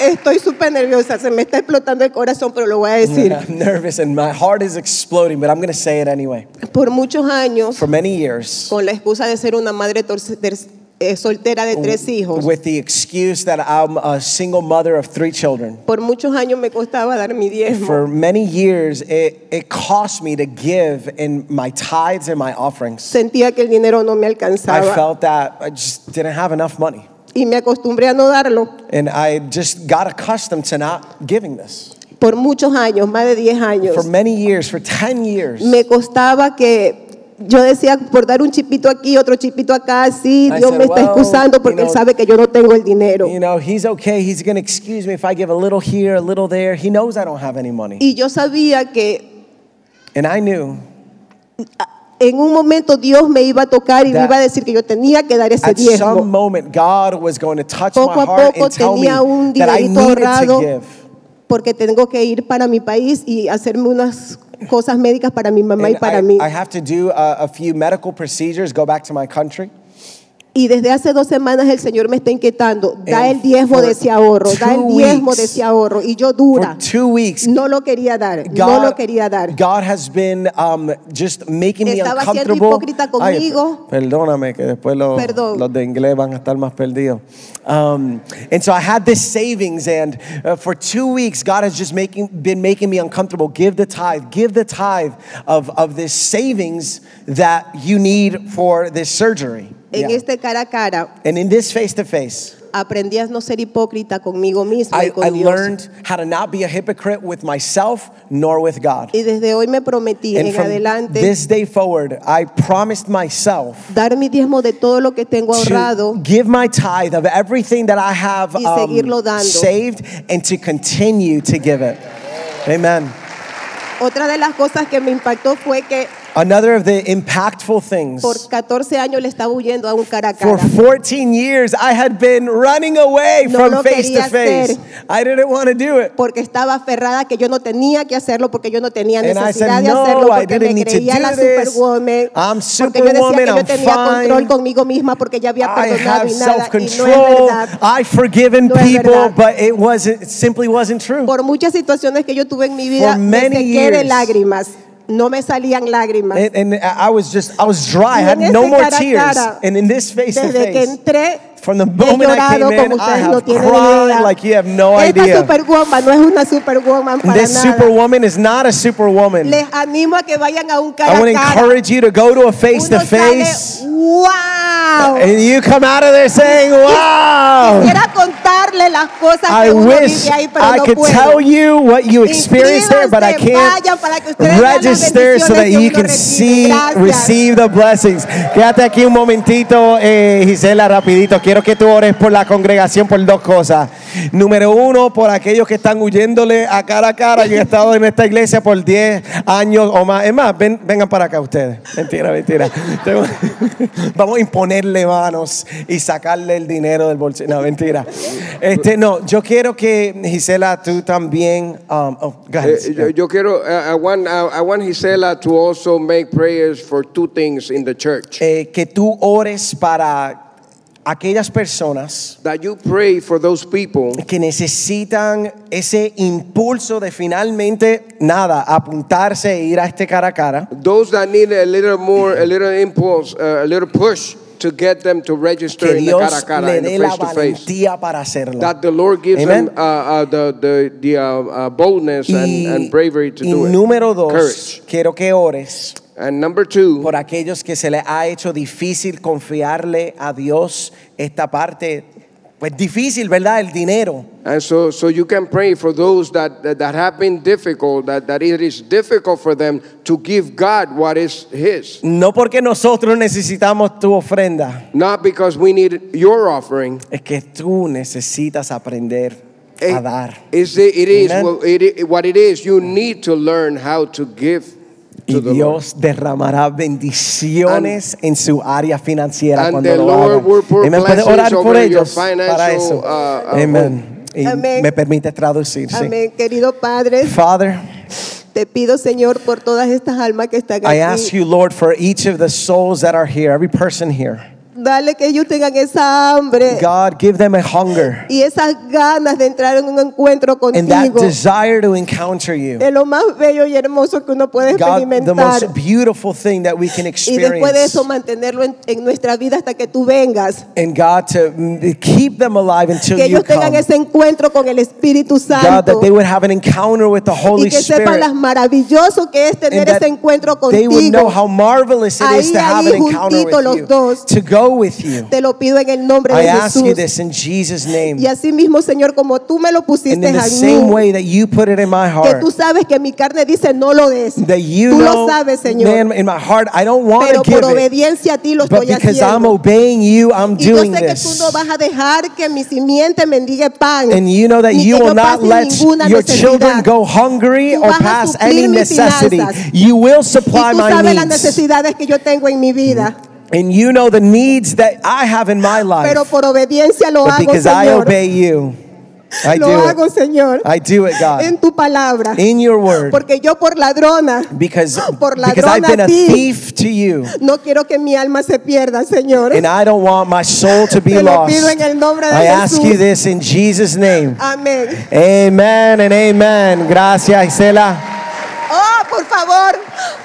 [SPEAKER 5] Estoy súper nerviosa, se me está explotando el corazón, pero lo voy a decir.
[SPEAKER 2] I'm nervous and my heart is exploding, but I'm going to say it anyway.
[SPEAKER 5] Por muchos años,
[SPEAKER 2] For many years,
[SPEAKER 5] con la excusa de ser una madre torce- ter- eh, soltera de tres hijos,
[SPEAKER 2] with the excuse that I'm a single mother of three children,
[SPEAKER 5] por muchos años me costaba dar mi diezmo.
[SPEAKER 2] for many years, it, it cost me to give in my tithes and my offerings.
[SPEAKER 5] Sentía que el dinero no me
[SPEAKER 2] I
[SPEAKER 5] alcanzaba
[SPEAKER 2] felt that I just didn't have enough money.
[SPEAKER 5] y me acostumbré a no darlo.
[SPEAKER 2] And I just got accustomed to not giving this.
[SPEAKER 5] Por muchos años, más de 10 años,
[SPEAKER 2] For many years, for 10 years,
[SPEAKER 5] me costaba que yo decía por dar un chipito aquí, otro chipito acá, sí,
[SPEAKER 2] I
[SPEAKER 5] Dios
[SPEAKER 2] said,
[SPEAKER 5] me está
[SPEAKER 2] "Well,
[SPEAKER 5] excusando
[SPEAKER 2] you
[SPEAKER 5] porque
[SPEAKER 2] know,
[SPEAKER 5] él sabe que yo no tengo el dinero.
[SPEAKER 2] you know, he's okay. He's going to excuse me if I give a little here, a little there. He knows I don't have any money.
[SPEAKER 5] Y yo sabía que
[SPEAKER 2] And I knew
[SPEAKER 5] en un momento Dios me iba a tocar y me
[SPEAKER 2] That-
[SPEAKER 5] iba a decir que yo tenía que dar ese
[SPEAKER 2] At some
[SPEAKER 5] diezmo.
[SPEAKER 2] moment, God was going to touch
[SPEAKER 5] Poco
[SPEAKER 2] my
[SPEAKER 5] a
[SPEAKER 2] heart
[SPEAKER 5] poco
[SPEAKER 2] and tell me
[SPEAKER 5] tenía un
[SPEAKER 2] that I
[SPEAKER 5] dinerito
[SPEAKER 2] needed
[SPEAKER 5] ahorrado.
[SPEAKER 2] to give.
[SPEAKER 5] Porque tengo que ir para mi país y hacerme unas cosas médicas para mi mamá y
[SPEAKER 2] And
[SPEAKER 5] para
[SPEAKER 2] I,
[SPEAKER 5] mí.
[SPEAKER 2] I have to do a, a few medical procedures, go back to my country.
[SPEAKER 5] y desde hace dos semanas el Señor me está inquietando. Da
[SPEAKER 2] And
[SPEAKER 5] el diezmo
[SPEAKER 2] for
[SPEAKER 5] de ese ahorro, da
[SPEAKER 2] two
[SPEAKER 5] el diezmo de
[SPEAKER 2] weeks-
[SPEAKER 5] ese ahorro. Y yo dura.
[SPEAKER 2] For two weeks,
[SPEAKER 5] No lo quería dar, no
[SPEAKER 2] God,
[SPEAKER 5] lo quería dar.
[SPEAKER 2] God has been um, just making me
[SPEAKER 5] Estaba siendo
[SPEAKER 2] uncomfortable.
[SPEAKER 5] hipócrita
[SPEAKER 2] Ay,
[SPEAKER 5] conmigo.
[SPEAKER 2] per- perdóname, que después lo-
[SPEAKER 5] Perdón.
[SPEAKER 2] los de inglés van a estar más perdidos. Um, and so I had this savings, and uh, for two weeks, God has just making, been making me uncomfortable. Give the tithe, give the tithe of, of this savings that you need for this surgery.
[SPEAKER 5] En
[SPEAKER 2] Yeah.
[SPEAKER 5] este cara a cara
[SPEAKER 2] And in this face to face,
[SPEAKER 5] aprendí a no ser hipócrita conmigo misma y
[SPEAKER 2] I
[SPEAKER 5] con
[SPEAKER 2] I
[SPEAKER 5] Dios.
[SPEAKER 2] learned how to not be a hypocrite with myself nor with God.
[SPEAKER 5] y desde hoy me prometí
[SPEAKER 2] And
[SPEAKER 5] en
[SPEAKER 2] from
[SPEAKER 5] adelante
[SPEAKER 2] this day forward, I promised myself
[SPEAKER 5] dar mi diezmo de todo lo que tengo
[SPEAKER 2] to
[SPEAKER 5] ahorrado
[SPEAKER 2] give my tithe of everything that I have um,
[SPEAKER 5] Y seguirlo dando.
[SPEAKER 2] saved and to continue to give it. Amen.
[SPEAKER 5] Otra de las cosas que me impactó fue que
[SPEAKER 2] Another of the impactful things.
[SPEAKER 5] por 14 años le estaba huyendo a un cara a
[SPEAKER 2] For
[SPEAKER 5] cara.
[SPEAKER 2] 14 years, I had been running away
[SPEAKER 5] No
[SPEAKER 2] from
[SPEAKER 5] lo
[SPEAKER 2] face to
[SPEAKER 5] quería
[SPEAKER 2] face.
[SPEAKER 5] hacer.
[SPEAKER 2] I didn't want to do it.
[SPEAKER 5] Porque estaba aferrada que yo no tenía que hacerlo, porque yo no tenía
[SPEAKER 2] And I
[SPEAKER 5] necesidad
[SPEAKER 2] said,
[SPEAKER 5] de
[SPEAKER 2] "No,
[SPEAKER 5] hacerlo,
[SPEAKER 2] I
[SPEAKER 5] porque
[SPEAKER 2] didn't
[SPEAKER 5] me
[SPEAKER 2] need to
[SPEAKER 5] creía
[SPEAKER 2] do
[SPEAKER 5] la
[SPEAKER 2] this.
[SPEAKER 5] superwoman, porque
[SPEAKER 2] I'm
[SPEAKER 5] yo decía que
[SPEAKER 2] superwoman, I'm
[SPEAKER 5] yo tenía
[SPEAKER 2] fine.
[SPEAKER 5] control conmigo misma, porque ya había
[SPEAKER 2] I
[SPEAKER 5] perdonado
[SPEAKER 2] have
[SPEAKER 5] y nada, y no
[SPEAKER 2] self-control.
[SPEAKER 5] es verdad.
[SPEAKER 2] I've forgiven
[SPEAKER 5] No es
[SPEAKER 2] people,
[SPEAKER 5] verdad.
[SPEAKER 2] but it wasn't. It simply wasn't true.
[SPEAKER 5] Por muchas situaciones que yo tuve en mi vida,
[SPEAKER 2] For
[SPEAKER 5] me
[SPEAKER 2] many
[SPEAKER 5] sequé de
[SPEAKER 2] years.
[SPEAKER 5] lágrimas, no me salían lágrimas.
[SPEAKER 2] And, and I was just, I was dry.
[SPEAKER 5] Y
[SPEAKER 2] I had
[SPEAKER 5] en
[SPEAKER 2] no
[SPEAKER 5] ese
[SPEAKER 2] more
[SPEAKER 5] cara a
[SPEAKER 2] tears.
[SPEAKER 5] cara,
[SPEAKER 2] And in this face to
[SPEAKER 5] Desde que
[SPEAKER 2] face,
[SPEAKER 5] entré,
[SPEAKER 2] From the
[SPEAKER 5] he
[SPEAKER 2] moment I came
[SPEAKER 5] llorado
[SPEAKER 2] in,
[SPEAKER 5] como
[SPEAKER 2] I
[SPEAKER 5] ustedes
[SPEAKER 2] have
[SPEAKER 5] no tienen
[SPEAKER 2] cried
[SPEAKER 5] idea.
[SPEAKER 2] like you have no
[SPEAKER 5] Esta
[SPEAKER 2] idea.
[SPEAKER 5] superwoman no es una superwoman para
[SPEAKER 2] this
[SPEAKER 5] nada.
[SPEAKER 2] superwoman is not a superwoman.
[SPEAKER 5] Les animo a que vayan a un cara
[SPEAKER 2] I want
[SPEAKER 5] a
[SPEAKER 2] to
[SPEAKER 5] cara.
[SPEAKER 2] encourage you to go to a face
[SPEAKER 5] Uno
[SPEAKER 2] to face.
[SPEAKER 5] sale, wow, wow.
[SPEAKER 2] And you come out of there saying, wow.
[SPEAKER 5] Quisiera contarle las cosas
[SPEAKER 2] I
[SPEAKER 5] que uno
[SPEAKER 2] wish
[SPEAKER 5] vive ahí, pero
[SPEAKER 2] I
[SPEAKER 5] no
[SPEAKER 2] could
[SPEAKER 5] puedo.
[SPEAKER 2] tell you what you experienced there, but I
[SPEAKER 5] Inscríbanse,
[SPEAKER 2] can't
[SPEAKER 5] vayan para que ustedes vean las
[SPEAKER 2] register so
[SPEAKER 5] bendiciones
[SPEAKER 2] that
[SPEAKER 5] que
[SPEAKER 2] you
[SPEAKER 5] uno
[SPEAKER 2] can
[SPEAKER 5] recibe.
[SPEAKER 2] see,
[SPEAKER 5] Gracias.
[SPEAKER 2] receive the blessings. Quédate aquí un momentito, eh, Gisela, rapidito. Quiero que tú ores por la congregación por dos cosas. Número uno, por aquellos que están huyéndole a cara a cara. Yo he estado en esta iglesia por 10 años o más. Es más, ven- vengan para acá ustedes. Mentira, mentira. Tengo- Vamos a imponerle manos y sacarle el dinero del bolsillo. No, mentira. Este, no, yo quiero que, Gisela, tú también... um, oh, gracias.
[SPEAKER 1] Eh, yo, yo quiero, eh, I want, I, I want Gisela to also make prayers for two things in the church.
[SPEAKER 2] eh, que tú ores para aquellas personas
[SPEAKER 1] That you pray for those people
[SPEAKER 2] que necesitan ese impulso de finalmente nada, apuntarse e ir a este cara a cara.
[SPEAKER 1] Those that need a little more, a little impulse, uh, a little push to get them to register
[SPEAKER 2] Que
[SPEAKER 1] in the cara
[SPEAKER 2] Dios
[SPEAKER 1] a cara,
[SPEAKER 2] le
[SPEAKER 1] in the
[SPEAKER 2] dé
[SPEAKER 1] face
[SPEAKER 2] la
[SPEAKER 1] to face.
[SPEAKER 2] valentía para hacerlo.
[SPEAKER 1] That the Lord gives
[SPEAKER 2] Amen.
[SPEAKER 1] them uh, uh, the, the, the uh, uh, boldness
[SPEAKER 2] Y-
[SPEAKER 1] and, and bravery to
[SPEAKER 2] y
[SPEAKER 1] do it.
[SPEAKER 2] número dos,
[SPEAKER 1] Courage.
[SPEAKER 2] quiero que ores
[SPEAKER 1] And number two,
[SPEAKER 2] por aquellos que se les ha hecho difícil confiarle a Dios esta parte, pues difícil, ¿verdad? El dinero.
[SPEAKER 1] and so, so you can pray for those that, that, that have been difficult, that, that it is difficult for them to give God what is His.
[SPEAKER 2] No porque nosotros necesitamos tu ofrenda.
[SPEAKER 1] Not because we need your offering.
[SPEAKER 2] es que tú necesitas aprender a
[SPEAKER 1] It,
[SPEAKER 2] dar.
[SPEAKER 1] is it, it is
[SPEAKER 2] Amen.
[SPEAKER 1] what it i- what it is. You need to learn how to give
[SPEAKER 2] Y
[SPEAKER 1] to the Lord.
[SPEAKER 2] Dios derramará bendiciones en su área financiera
[SPEAKER 1] And
[SPEAKER 2] cuando
[SPEAKER 1] the
[SPEAKER 2] lo
[SPEAKER 1] Lord
[SPEAKER 2] hagan.
[SPEAKER 1] will pour
[SPEAKER 2] Amen. Puede
[SPEAKER 1] blessings
[SPEAKER 2] orar por
[SPEAKER 1] over your
[SPEAKER 2] ellos para
[SPEAKER 1] financial,
[SPEAKER 2] eso.
[SPEAKER 1] uh, uh,
[SPEAKER 2] Amen. Y
[SPEAKER 5] Amén.
[SPEAKER 2] me permite traducir. ah, oh, sí.
[SPEAKER 5] Amén, querido Padre,
[SPEAKER 2] Father,
[SPEAKER 5] te pido Señor por todas estas almas que están
[SPEAKER 2] I ask
[SPEAKER 5] aquí.
[SPEAKER 2] you, Lord, for each of the souls that are here, every person here.
[SPEAKER 5] Dale que ellos tengan esa hambre
[SPEAKER 2] God, give them a hunger
[SPEAKER 5] y esas ganas de entrar en un encuentro
[SPEAKER 2] and that
[SPEAKER 5] contigo.
[SPEAKER 2] desire to encounter you.
[SPEAKER 5] De lo más bello y hermoso que uno puede
[SPEAKER 2] God, the
[SPEAKER 5] experimentar.
[SPEAKER 2] most beautiful thing that we can
[SPEAKER 5] Y después de
[SPEAKER 2] experience.
[SPEAKER 5] eso mantenerlo en, en nuestra vida hasta que tú vengas.
[SPEAKER 2] And God, to mm, keep them alive until
[SPEAKER 5] Que
[SPEAKER 2] you
[SPEAKER 5] ellos tengan
[SPEAKER 2] come.
[SPEAKER 5] ese encuentro con el Espíritu
[SPEAKER 2] God, that
[SPEAKER 5] Santo.
[SPEAKER 2] they would have an encounter with the
[SPEAKER 5] Y
[SPEAKER 2] Holy
[SPEAKER 5] que sepan las
[SPEAKER 2] Spirit.
[SPEAKER 5] maravilloso que es tener
[SPEAKER 2] And that
[SPEAKER 5] ese encuentro
[SPEAKER 2] they would know how
[SPEAKER 5] contigo.
[SPEAKER 2] marvelous it is
[SPEAKER 5] Ahí,
[SPEAKER 2] to have
[SPEAKER 5] ahí,
[SPEAKER 2] an encounter
[SPEAKER 5] juntito los
[SPEAKER 2] with you,
[SPEAKER 5] dos.
[SPEAKER 2] to go with you.
[SPEAKER 5] Te lo pido en el nombre
[SPEAKER 2] I
[SPEAKER 5] de
[SPEAKER 2] ask you
[SPEAKER 5] Jesús.
[SPEAKER 2] this in Jesus' name.
[SPEAKER 5] Y así mismo, Señor, como tú me lo
[SPEAKER 2] And
[SPEAKER 5] pusiste
[SPEAKER 2] in the
[SPEAKER 5] a
[SPEAKER 2] same
[SPEAKER 5] mí,
[SPEAKER 2] way that you put it in my
[SPEAKER 5] que
[SPEAKER 2] heart,
[SPEAKER 5] tú sabes que mi carne dice no lo des.
[SPEAKER 2] that you
[SPEAKER 5] tú
[SPEAKER 2] know,
[SPEAKER 5] lo sabes, Señor.
[SPEAKER 2] man, in my heart, I don't want
[SPEAKER 5] pero
[SPEAKER 2] to
[SPEAKER 5] por
[SPEAKER 2] give it,
[SPEAKER 5] obediencia a ti lo
[SPEAKER 2] but
[SPEAKER 5] estoy
[SPEAKER 2] because I'm
[SPEAKER 5] haciendo.
[SPEAKER 2] obeying you, I'm
[SPEAKER 5] Y yo
[SPEAKER 2] doing
[SPEAKER 5] sé que tú
[SPEAKER 2] this.
[SPEAKER 5] no vas a dejar que mi simiente mendigue pan.
[SPEAKER 2] And you know that
[SPEAKER 5] ni
[SPEAKER 2] you
[SPEAKER 5] que
[SPEAKER 2] will
[SPEAKER 5] yo
[SPEAKER 2] not
[SPEAKER 5] pase
[SPEAKER 2] let
[SPEAKER 5] ninguna
[SPEAKER 2] your
[SPEAKER 5] necesidad.
[SPEAKER 2] children go hungry
[SPEAKER 5] Tú
[SPEAKER 2] or
[SPEAKER 5] vas a
[SPEAKER 2] pass
[SPEAKER 5] suplir
[SPEAKER 2] any
[SPEAKER 5] mis
[SPEAKER 2] necessity.
[SPEAKER 5] finanzas.
[SPEAKER 2] You will
[SPEAKER 5] y
[SPEAKER 2] supply
[SPEAKER 5] tú sabes
[SPEAKER 2] my
[SPEAKER 5] las
[SPEAKER 2] needs.
[SPEAKER 5] necesidades que yo tengo en mi vida.
[SPEAKER 2] And you know the needs that I have in my life.
[SPEAKER 5] Pero por obediencia lo
[SPEAKER 2] But
[SPEAKER 5] hago,
[SPEAKER 2] because I
[SPEAKER 5] Señor.
[SPEAKER 2] obey you, I
[SPEAKER 5] lo hago,
[SPEAKER 2] do it.
[SPEAKER 5] Señor.
[SPEAKER 2] I do it,
[SPEAKER 5] en
[SPEAKER 2] God.
[SPEAKER 5] tu palabra.
[SPEAKER 2] In your word.
[SPEAKER 5] Porque yo por ladrona
[SPEAKER 2] Because,
[SPEAKER 5] por
[SPEAKER 2] because I've
[SPEAKER 5] ladrona
[SPEAKER 2] been
[SPEAKER 5] a
[SPEAKER 2] a
[SPEAKER 5] ti.
[SPEAKER 2] thief to you.
[SPEAKER 5] no quiero que mi alma se pierda, Señor.
[SPEAKER 2] And I don't want my soul to be
[SPEAKER 5] Te lo
[SPEAKER 2] lost.
[SPEAKER 5] pido en el nombre de
[SPEAKER 2] I ask
[SPEAKER 5] Jesús.
[SPEAKER 2] you this in Jesus' name.
[SPEAKER 5] Amén.
[SPEAKER 2] Amen and amen. Gracias, Isela.
[SPEAKER 5] Oh, por favor,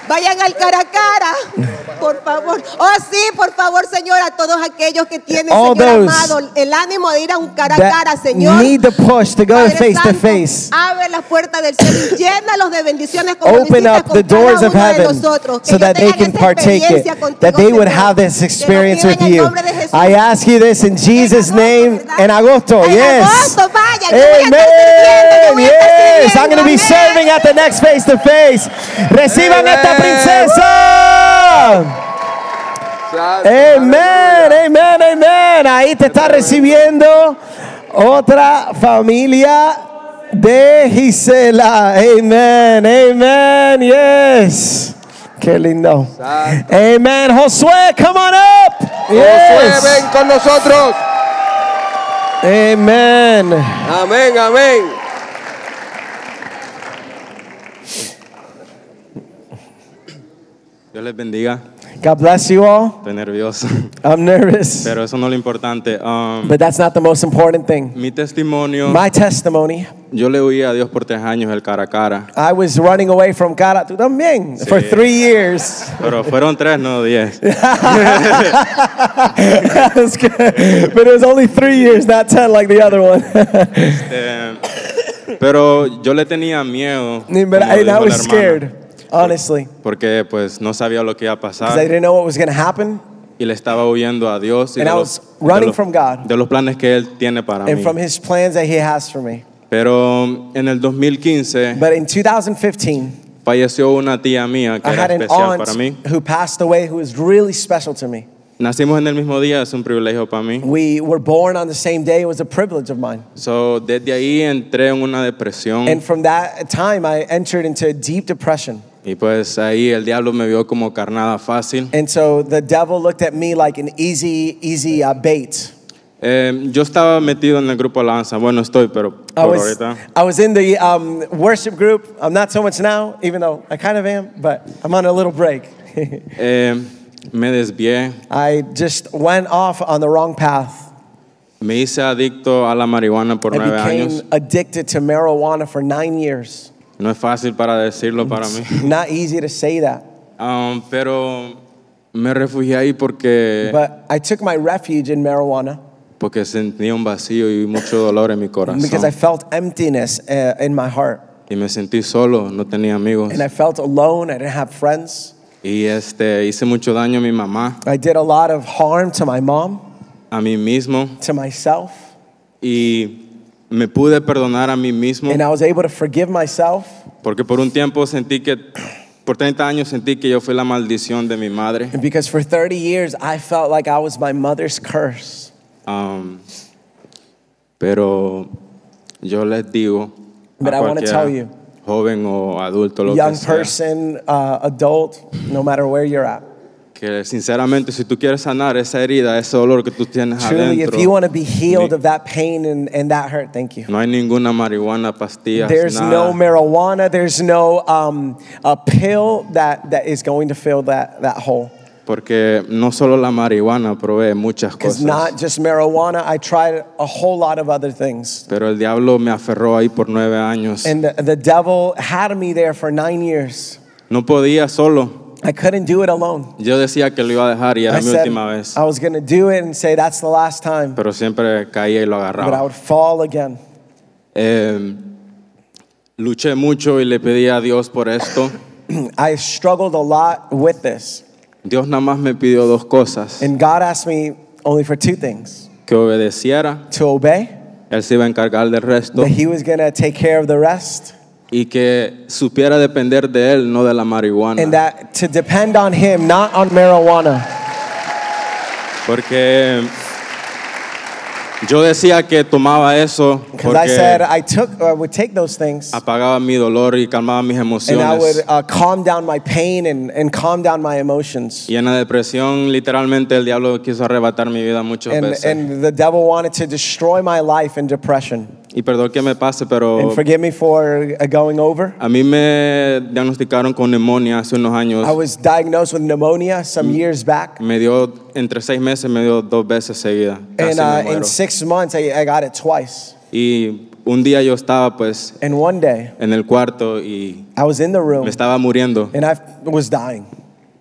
[SPEAKER 5] vayan al cara a cara. Por favor. Oh, sí, por favor, Señor, a todos aquellos que tienen,
[SPEAKER 2] All
[SPEAKER 5] Señor
[SPEAKER 2] those
[SPEAKER 5] amado, el ánimo de ir a un cara a cara,
[SPEAKER 2] That
[SPEAKER 5] Señor.
[SPEAKER 2] need the push to go
[SPEAKER 5] Padre
[SPEAKER 2] face to
[SPEAKER 5] Santo,
[SPEAKER 2] face.
[SPEAKER 5] Abre las puertas del cielo y llénalos de bendiciones como lo
[SPEAKER 2] Open
[SPEAKER 5] hiciste
[SPEAKER 2] up
[SPEAKER 5] con
[SPEAKER 2] the
[SPEAKER 5] cada
[SPEAKER 2] doors of
[SPEAKER 5] uno de
[SPEAKER 2] heaven
[SPEAKER 5] nosotros, que
[SPEAKER 2] so
[SPEAKER 5] ellos
[SPEAKER 2] that they
[SPEAKER 5] tengan
[SPEAKER 2] can
[SPEAKER 5] esa
[SPEAKER 2] partake it,
[SPEAKER 5] experiencia contigo,
[SPEAKER 2] that they would
[SPEAKER 5] Señor.
[SPEAKER 2] have this
[SPEAKER 5] Te lo
[SPEAKER 2] experience
[SPEAKER 5] pido
[SPEAKER 2] with
[SPEAKER 5] en el
[SPEAKER 2] you.
[SPEAKER 5] nombre de Jesús.
[SPEAKER 2] I ask you this in Jesus'
[SPEAKER 5] agosto,
[SPEAKER 2] name.
[SPEAKER 5] ¿verdad?
[SPEAKER 2] In agosto,
[SPEAKER 5] En
[SPEAKER 2] yes.
[SPEAKER 5] agosto, vaya, yo voy a estar
[SPEAKER 2] Amen.
[SPEAKER 5] sirviendo, yo voy a estar
[SPEAKER 2] Yes. I'm going to
[SPEAKER 5] sirviendo. Amén.
[SPEAKER 2] be serving at the next face to face. Reciban esta
[SPEAKER 1] Amen.
[SPEAKER 2] princesa. Amén, amén, amén. Ahí te está recibiendo otra familia de Gisela. Amén, amén, yes. Qué lindo.
[SPEAKER 1] Santo.
[SPEAKER 2] Amén, Josué, come on up.
[SPEAKER 1] Josué,
[SPEAKER 2] Yes.
[SPEAKER 1] ven con nosotros.
[SPEAKER 2] Amén.
[SPEAKER 1] Amén, amén.
[SPEAKER 6] Dios les bendiga.
[SPEAKER 2] God bless you all.
[SPEAKER 6] Estoy nervioso,
[SPEAKER 2] I'm nervous,
[SPEAKER 6] pero eso no es lo importante. Um,
[SPEAKER 2] but that's not the most important thing.
[SPEAKER 6] mi testimonio,
[SPEAKER 2] My testimony,
[SPEAKER 6] yo le huí a Dios por tres años el cara a cara,
[SPEAKER 2] I was running away from cara. Tú también. For
[SPEAKER 6] Sí.
[SPEAKER 2] three years.
[SPEAKER 6] pero fueron tres, no diez.
[SPEAKER 2] That's good. But it was only three years, not ten like the other one.
[SPEAKER 6] Eh, pero yo le tenía miedo, como
[SPEAKER 2] but I, and I
[SPEAKER 6] dijo la
[SPEAKER 2] was
[SPEAKER 6] hermana,
[SPEAKER 2] scared, honestly,
[SPEAKER 6] porque pues no sabía lo que iba a
[SPEAKER 2] because I
[SPEAKER 6] pasar.
[SPEAKER 2] didn't know what was going to happen.
[SPEAKER 6] y le estaba huyendo a Dios y
[SPEAKER 2] And
[SPEAKER 6] de,
[SPEAKER 2] I
[SPEAKER 6] los,
[SPEAKER 2] was running
[SPEAKER 6] de los-
[SPEAKER 2] from God.
[SPEAKER 6] de los planes que Él tiene para
[SPEAKER 2] and
[SPEAKER 6] mí.
[SPEAKER 2] from His plans that He has for me.
[SPEAKER 6] Pero um, en el 2015
[SPEAKER 2] But in 2015,
[SPEAKER 6] falleció una tía mía que
[SPEAKER 2] I
[SPEAKER 6] era
[SPEAKER 2] had an
[SPEAKER 6] especial para mí.
[SPEAKER 2] aunt who passed away who was really special to me.
[SPEAKER 6] Nacimos en el mismo día, es un privilegio para mí.
[SPEAKER 2] We were born on the same day, it was a privilege of mine.
[SPEAKER 6] So, desde ahí entré en una depresión
[SPEAKER 2] And from that time, I entered into a deep depression.
[SPEAKER 6] y pues ahí el diablo me vio como carnada fácil.
[SPEAKER 2] And so the devil looked at me like an easy, easy uh, bait.
[SPEAKER 6] Eh, yo estaba metido en el grupo Alabanza, bueno estoy, pero
[SPEAKER 2] I
[SPEAKER 6] por
[SPEAKER 2] was,
[SPEAKER 6] ahorita.
[SPEAKER 2] I was in the um, worship group. I'm not so much now, even though I kind of am, but I'm on a little break.
[SPEAKER 6] Eh, me desvié,
[SPEAKER 2] I just went off on the wrong path.
[SPEAKER 6] me hice adicto a la marihuana por
[SPEAKER 2] I
[SPEAKER 6] nueve
[SPEAKER 2] became
[SPEAKER 6] años.
[SPEAKER 2] addicted to marijuana for nine years.
[SPEAKER 6] No es fácil para decirlo para mí.
[SPEAKER 2] Not easy to say that.
[SPEAKER 6] Um, pero me refugié ahí porque,
[SPEAKER 2] But I took my refuge in marijuana
[SPEAKER 6] porque sentía un vacío y mucho dolor en mi
[SPEAKER 2] because I
[SPEAKER 6] corazón.
[SPEAKER 2] felt emptiness uh, in my heart.
[SPEAKER 6] Y me sentí solo, no tenía amigos.
[SPEAKER 2] And I felt alone. I didn't have friends.
[SPEAKER 6] Y este, hice mucho daño a mi mamá,
[SPEAKER 2] I did a lot of harm to my mom,
[SPEAKER 6] a mí mismo.
[SPEAKER 2] to myself.
[SPEAKER 6] Y me pude perdonar a mí mismo
[SPEAKER 2] And I was able to forgive myself.
[SPEAKER 6] porque por un tiempo sentí que, por 30 años sentí que yo fui la maldición de mi madre.
[SPEAKER 2] And because for 30 years, I felt like I was my mother's curse.
[SPEAKER 6] Um, pero yo les digo
[SPEAKER 2] But I
[SPEAKER 6] a
[SPEAKER 2] wanna
[SPEAKER 6] cualquier
[SPEAKER 2] tell you,
[SPEAKER 6] joven o adulto lo que
[SPEAKER 2] Young
[SPEAKER 6] sea,
[SPEAKER 2] person, uh, adult, no matter where you're at.
[SPEAKER 6] que sinceramente si tú quieres sanar esa herida, ese dolor que tú tienes
[SPEAKER 2] Truly, if
[SPEAKER 6] adentro,
[SPEAKER 2] you want to be healed
[SPEAKER 6] ni-
[SPEAKER 2] of that pain and, and that hurt, thank you.
[SPEAKER 6] no hay ninguna marihuana, pastillas,
[SPEAKER 2] There's
[SPEAKER 6] nada.
[SPEAKER 2] no marijuana, there's no um, a pill that, that is going to fill that, that hole.
[SPEAKER 6] porque no solo la marihuana provee muchas
[SPEAKER 2] Because
[SPEAKER 6] cosas.
[SPEAKER 2] not just marijuana, I tried a whole lot of other things.
[SPEAKER 6] Pero el diablo me aferró ahí por nueve años.
[SPEAKER 2] And the, the devil had me there for nine years.
[SPEAKER 6] No podía solo.
[SPEAKER 2] I couldn't do it alone.
[SPEAKER 6] Yo decía que lo iba a dejar y era
[SPEAKER 2] I
[SPEAKER 6] mi
[SPEAKER 2] said "Ah".
[SPEAKER 6] última vez.
[SPEAKER 2] I was going to do it and say, that's the last time.
[SPEAKER 6] Pero siempre caía y lo
[SPEAKER 2] but I
[SPEAKER 6] agarraba.
[SPEAKER 2] would fall again.
[SPEAKER 6] Eh, luché mucho y le pedí a Dios por esto.
[SPEAKER 2] I struggled a lot with this.
[SPEAKER 6] Dios nada más me pidió dos cosas.
[SPEAKER 2] And God asked me only for two things
[SPEAKER 6] Que obedeciera,
[SPEAKER 2] to obey,
[SPEAKER 6] Él se iba a encargar del resto.
[SPEAKER 2] that He was going to take care of the rest,
[SPEAKER 6] Y que supiera depender de Él, no de la
[SPEAKER 2] and
[SPEAKER 6] marihuana.
[SPEAKER 2] that to depend on Him, not on marijuana.
[SPEAKER 6] Porque yo decía que tomaba eso
[SPEAKER 2] Because I said
[SPEAKER 6] porque
[SPEAKER 2] I took, or I would take those things,
[SPEAKER 6] apagaba mi dolor y calmaba mis
[SPEAKER 2] and I would
[SPEAKER 6] emociones.
[SPEAKER 2] uh, calm down my pain and, and calm down my emotions.
[SPEAKER 6] Y en la depresión, literalmente, el diablo quiso arrebatar mi vida muchas
[SPEAKER 2] And,
[SPEAKER 6] veces.
[SPEAKER 2] and the devil wanted to destroy my life in depression.
[SPEAKER 6] y perdón que me pase, pero
[SPEAKER 2] And forgive me for uh, going over.
[SPEAKER 6] a mí me diagnosticaron con neumonía hace unos años.
[SPEAKER 2] I was diagnosed with pneumonia
[SPEAKER 6] Mm.
[SPEAKER 2] some years back.
[SPEAKER 6] Me dio, entre seis meses, me dio dos veces seguida. Casi
[SPEAKER 2] And uh,
[SPEAKER 6] me muero.
[SPEAKER 2] in six months, I, I got it twice.
[SPEAKER 6] Y un día yo estaba, pues,
[SPEAKER 2] And one day,
[SPEAKER 6] en el cuarto y
[SPEAKER 2] I was in the
[SPEAKER 6] me
[SPEAKER 2] room
[SPEAKER 6] estaba muriendo.
[SPEAKER 2] and I was dying.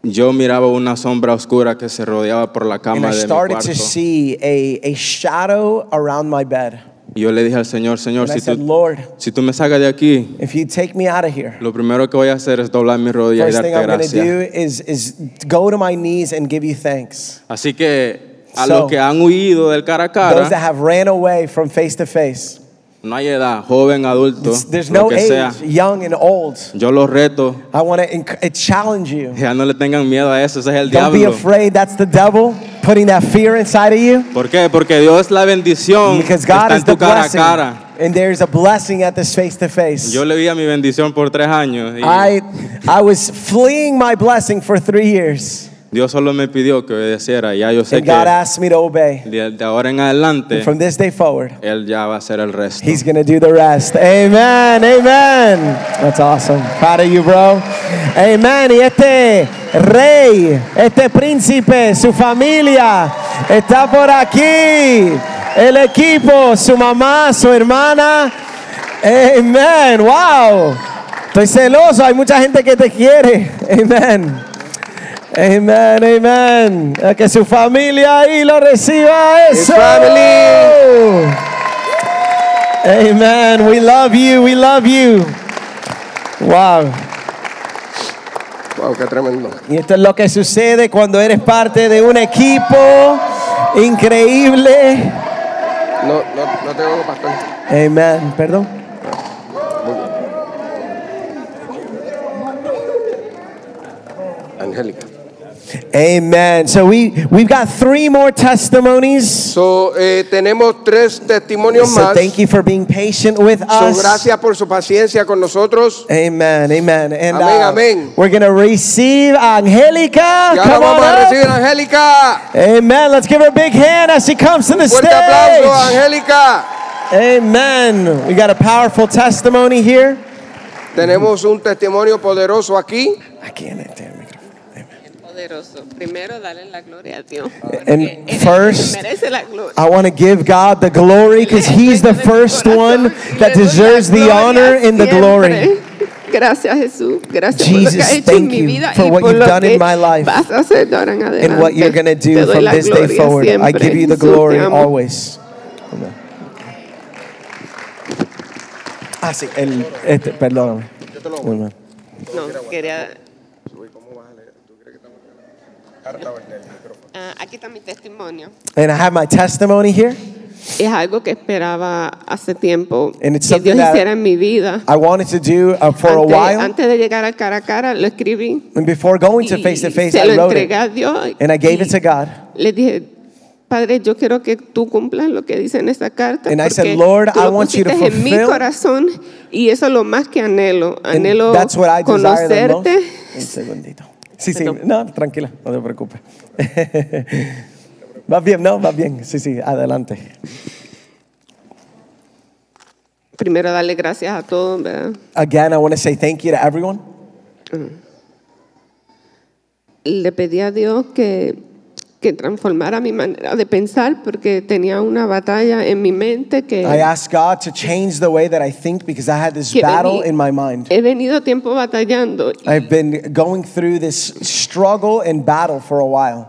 [SPEAKER 6] Yo miraba una sombra oscura que se rodeaba por la
[SPEAKER 2] And
[SPEAKER 6] cama
[SPEAKER 2] I
[SPEAKER 6] de mi
[SPEAKER 2] started to
[SPEAKER 6] cuarto.
[SPEAKER 2] see a, a shadow around my bed.
[SPEAKER 6] Y yo le dije al Señor, Señor,
[SPEAKER 2] And I
[SPEAKER 6] si
[SPEAKER 2] said,
[SPEAKER 6] tú,
[SPEAKER 2] Lord,
[SPEAKER 6] si tú me sacas de aquí,
[SPEAKER 2] if you take me out of here,
[SPEAKER 6] lo primero que voy a hacer es doblar mis rodillas y
[SPEAKER 2] first thing
[SPEAKER 6] darte
[SPEAKER 2] I'm going to
[SPEAKER 6] gracias.
[SPEAKER 2] do is, is go to my knees and give you thanks.
[SPEAKER 6] Así que a
[SPEAKER 2] So,
[SPEAKER 6] los que han huido del cara a
[SPEAKER 2] Those that
[SPEAKER 6] cara,
[SPEAKER 2] have ran away from face to face,
[SPEAKER 6] no hay edad, joven, adulto,
[SPEAKER 2] It's- there's
[SPEAKER 6] lo
[SPEAKER 2] no
[SPEAKER 6] que sea.
[SPEAKER 2] age, young and old.
[SPEAKER 6] Yo los reto,
[SPEAKER 2] I want to enc- challenge you.
[SPEAKER 6] ya no le tengan miedo a eso, ese es el
[SPEAKER 2] Don't be
[SPEAKER 6] diablo.
[SPEAKER 2] afraid. That's the devil putting that fear inside of you.
[SPEAKER 6] ¿Por qué? Porque Dios la bendición
[SPEAKER 2] Because God
[SPEAKER 6] está
[SPEAKER 2] is
[SPEAKER 6] en
[SPEAKER 2] the
[SPEAKER 6] tu cara a
[SPEAKER 2] blessing.
[SPEAKER 6] cara.
[SPEAKER 2] And there's a blessing at this face to face.
[SPEAKER 6] Yo le vi a mi bendición por tres años y
[SPEAKER 2] I, I was fleeing my blessing for three years.
[SPEAKER 6] Dios solo me pidió que obedeciera. Ya yo sé
[SPEAKER 2] And God
[SPEAKER 6] que
[SPEAKER 2] asked me to obey.
[SPEAKER 6] de, de ahora en adelante
[SPEAKER 2] And from this day forward,
[SPEAKER 6] Él ya va a hacer el resto.
[SPEAKER 2] He's going to do the rest. Amen, amen. That's awesome. Proud of you, bro. Amen. Y este rey, este príncipe, su familia, está por aquí. El equipo, su mamá, su hermana. Amen. Wow. Estoy celoso. Hay mucha gente que te quiere. Amen. Amen, amen. A que su familia ahí lo reciba eso.
[SPEAKER 1] family.
[SPEAKER 2] Amen. We love you. We love you. Wow.
[SPEAKER 1] Wow, qué tremendo.
[SPEAKER 2] Y esto es lo que sucede cuando eres parte de un equipo increíble.
[SPEAKER 1] No, no, no tengo pastor.
[SPEAKER 2] Amén. Perdón.
[SPEAKER 1] Angélica.
[SPEAKER 2] Amen. So we we've got three more testimonies.
[SPEAKER 1] So, eh, tenemos tres testimonios
[SPEAKER 2] So
[SPEAKER 1] más.
[SPEAKER 2] thank you for being patient with
[SPEAKER 1] So,
[SPEAKER 2] us.
[SPEAKER 1] gracias por su paciencia con nosotros.
[SPEAKER 2] Amen. Amen. And
[SPEAKER 1] Amén,
[SPEAKER 2] uh,
[SPEAKER 1] amén.
[SPEAKER 2] we're gonna receive Angelica.
[SPEAKER 1] Y ahora
[SPEAKER 2] Come on
[SPEAKER 1] vamos a
[SPEAKER 2] up.
[SPEAKER 1] recibir a Angélica.
[SPEAKER 2] Amen. Let's give her a big hand as she comes to the
[SPEAKER 1] Fuerte aplauso,
[SPEAKER 2] stage.
[SPEAKER 1] Angélica.
[SPEAKER 2] Amen. We got a powerful testimony here.
[SPEAKER 1] Tenemos un testimonio poderoso aquí.
[SPEAKER 2] Aquí en este micrófono. Amen.
[SPEAKER 7] Poderoso. Primero, darle la gloria a Dios.
[SPEAKER 2] And
[SPEAKER 7] porque Él es el que
[SPEAKER 2] first-
[SPEAKER 7] merece la gloria.
[SPEAKER 2] I want to give God the glory because He's the first one that deserves the honor and the glory.
[SPEAKER 7] Gracias Jesús, gracias por lo que
[SPEAKER 2] Jesus,
[SPEAKER 7] has hecho en
[SPEAKER 2] thank
[SPEAKER 7] mi
[SPEAKER 2] you
[SPEAKER 7] vida
[SPEAKER 2] for
[SPEAKER 7] y
[SPEAKER 2] what
[SPEAKER 7] por
[SPEAKER 2] you've
[SPEAKER 7] lo
[SPEAKER 2] done
[SPEAKER 7] que
[SPEAKER 2] in my life
[SPEAKER 7] vas a hacer de ahora en adelante.
[SPEAKER 2] And what you're going to
[SPEAKER 7] Te
[SPEAKER 2] do
[SPEAKER 7] doy
[SPEAKER 2] from
[SPEAKER 7] la
[SPEAKER 2] this day
[SPEAKER 7] gloria
[SPEAKER 2] forward. I
[SPEAKER 7] siempre,
[SPEAKER 2] give you the
[SPEAKER 7] Jesús, te
[SPEAKER 2] glory
[SPEAKER 7] amo.
[SPEAKER 2] always. Amen. Ah, sí, el, este, perdón. Amen.
[SPEAKER 7] No, quería... Ah, aquí está mi testimonio.
[SPEAKER 2] And I have my testimony here.
[SPEAKER 7] Es algo que esperaba hace tiempo
[SPEAKER 2] And it's
[SPEAKER 7] que
[SPEAKER 2] something
[SPEAKER 7] Dios
[SPEAKER 2] that-
[SPEAKER 7] hiciera en mi vida.
[SPEAKER 2] I wanted to do uh, for a
[SPEAKER 7] antes,
[SPEAKER 2] while.
[SPEAKER 7] antes de llegar al cara a cara, lo escribí.
[SPEAKER 2] and before going to
[SPEAKER 7] y
[SPEAKER 2] face to face,
[SPEAKER 7] se lo
[SPEAKER 2] I wrote
[SPEAKER 7] entregué
[SPEAKER 2] it.
[SPEAKER 7] a Dios.
[SPEAKER 2] And I gave
[SPEAKER 7] y
[SPEAKER 2] it to God.
[SPEAKER 7] Le dije, Padre, yo quiero que tú cumplas lo que dice en esta carta.
[SPEAKER 2] And I said,
[SPEAKER 7] porque
[SPEAKER 2] "Lord,
[SPEAKER 7] tú
[SPEAKER 2] I
[SPEAKER 7] lo
[SPEAKER 2] want you to
[SPEAKER 7] pusiste en mi
[SPEAKER 2] fulfill-
[SPEAKER 7] corazón y eso es lo más que anhelo. Anhelo
[SPEAKER 2] that's what I desire the most.
[SPEAKER 7] conocerte.
[SPEAKER 2] Un segundito. Sí, sí, no, tranquila, no te preocupes. va bien, no, va bien. Sí, sí, adelante.
[SPEAKER 7] Primero, darle gracias a todos, ¿verdad?
[SPEAKER 2] Again, I want to say thank you to everyone.
[SPEAKER 7] Mm. le pedí a Dios que, que transformara mi manera de pensar porque tenía una batalla en mi mente que,
[SPEAKER 2] I asked God to change the way that I think because I had this
[SPEAKER 7] que
[SPEAKER 2] battle
[SPEAKER 7] vení-
[SPEAKER 2] in my mind.
[SPEAKER 7] he venido tiempo batallando. y
[SPEAKER 2] I've been going through this struggle and battle for a while.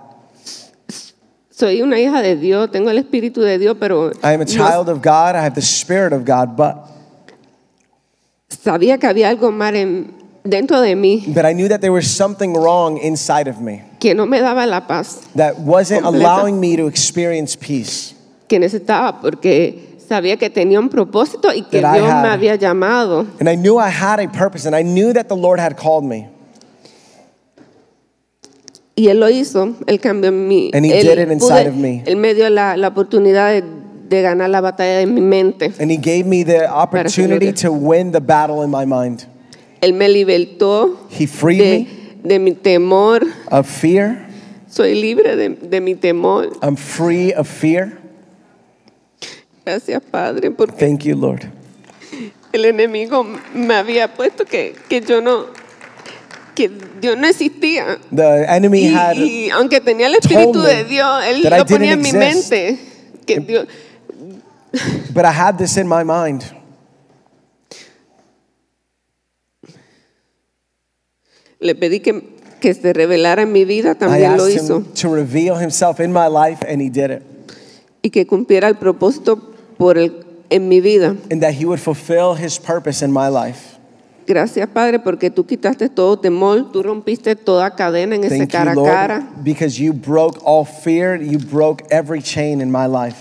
[SPEAKER 7] Soy una hija de Dios, tengo el Espíritu de Dios, pero
[SPEAKER 2] I am a
[SPEAKER 7] no
[SPEAKER 2] child of God, I have the Spirit of God, but,
[SPEAKER 7] sabía que había algo mal en- dentro de mí
[SPEAKER 2] but I knew that there was something wrong inside of me
[SPEAKER 7] que no me daba la paz
[SPEAKER 2] that wasn't
[SPEAKER 7] Completa.
[SPEAKER 2] allowing me to experience peace.
[SPEAKER 7] que necesitaba porque sabía que tenía un propósito y que
[SPEAKER 2] That I
[SPEAKER 7] Dios me
[SPEAKER 2] had.
[SPEAKER 7] había llamado.
[SPEAKER 2] And I knew I had a purpose and I knew that the Lord had called me.
[SPEAKER 7] Y él lo hizo, él cambió en mí.
[SPEAKER 2] And he
[SPEAKER 7] él,
[SPEAKER 2] did it inside of me.
[SPEAKER 7] él me dio la, la oportunidad de, de ganar la batalla en mi mente.
[SPEAKER 2] And He gave me the opportunity
[SPEAKER 7] gloria.
[SPEAKER 2] to win the battle in my mind.
[SPEAKER 7] Él me libertó
[SPEAKER 2] He freed
[SPEAKER 7] de,
[SPEAKER 2] me
[SPEAKER 7] de mi temor.
[SPEAKER 2] of fear.
[SPEAKER 7] Soy libre de, de mi temor.
[SPEAKER 2] I'm free of fear.
[SPEAKER 7] Gracias, Padre, porque
[SPEAKER 2] Thank you, Lord.
[SPEAKER 7] el enemigo me había puesto que, que yo no, que Dios no existía.
[SPEAKER 2] The enemy
[SPEAKER 7] Y,
[SPEAKER 2] had
[SPEAKER 7] y aunque tenía el
[SPEAKER 2] told
[SPEAKER 7] Espíritu
[SPEAKER 2] me
[SPEAKER 7] de Dios, Él
[SPEAKER 2] that I
[SPEAKER 7] lo ponía en
[SPEAKER 2] didn't
[SPEAKER 7] mi
[SPEAKER 2] exist.
[SPEAKER 7] mente. Que
[SPEAKER 2] Em-
[SPEAKER 7] Dios,
[SPEAKER 2] But I had this in my mind.
[SPEAKER 7] le pedí que, que se revelara en mi vida,
[SPEAKER 2] I
[SPEAKER 7] también lo
[SPEAKER 2] asked
[SPEAKER 7] hizo.
[SPEAKER 2] him to reveal himself in my life, and he did it.
[SPEAKER 7] Y que cumpliera el propósito por el, en mi vida.
[SPEAKER 2] And that he would fulfill his purpose in my life.
[SPEAKER 7] Gracias, Padre, porque tú quitaste todo temor, tú rompiste toda cadena en ese
[SPEAKER 2] Thank
[SPEAKER 7] cara a
[SPEAKER 2] you,
[SPEAKER 7] cara.
[SPEAKER 2] Lord, because you broke all fear, you broke every chain in my life.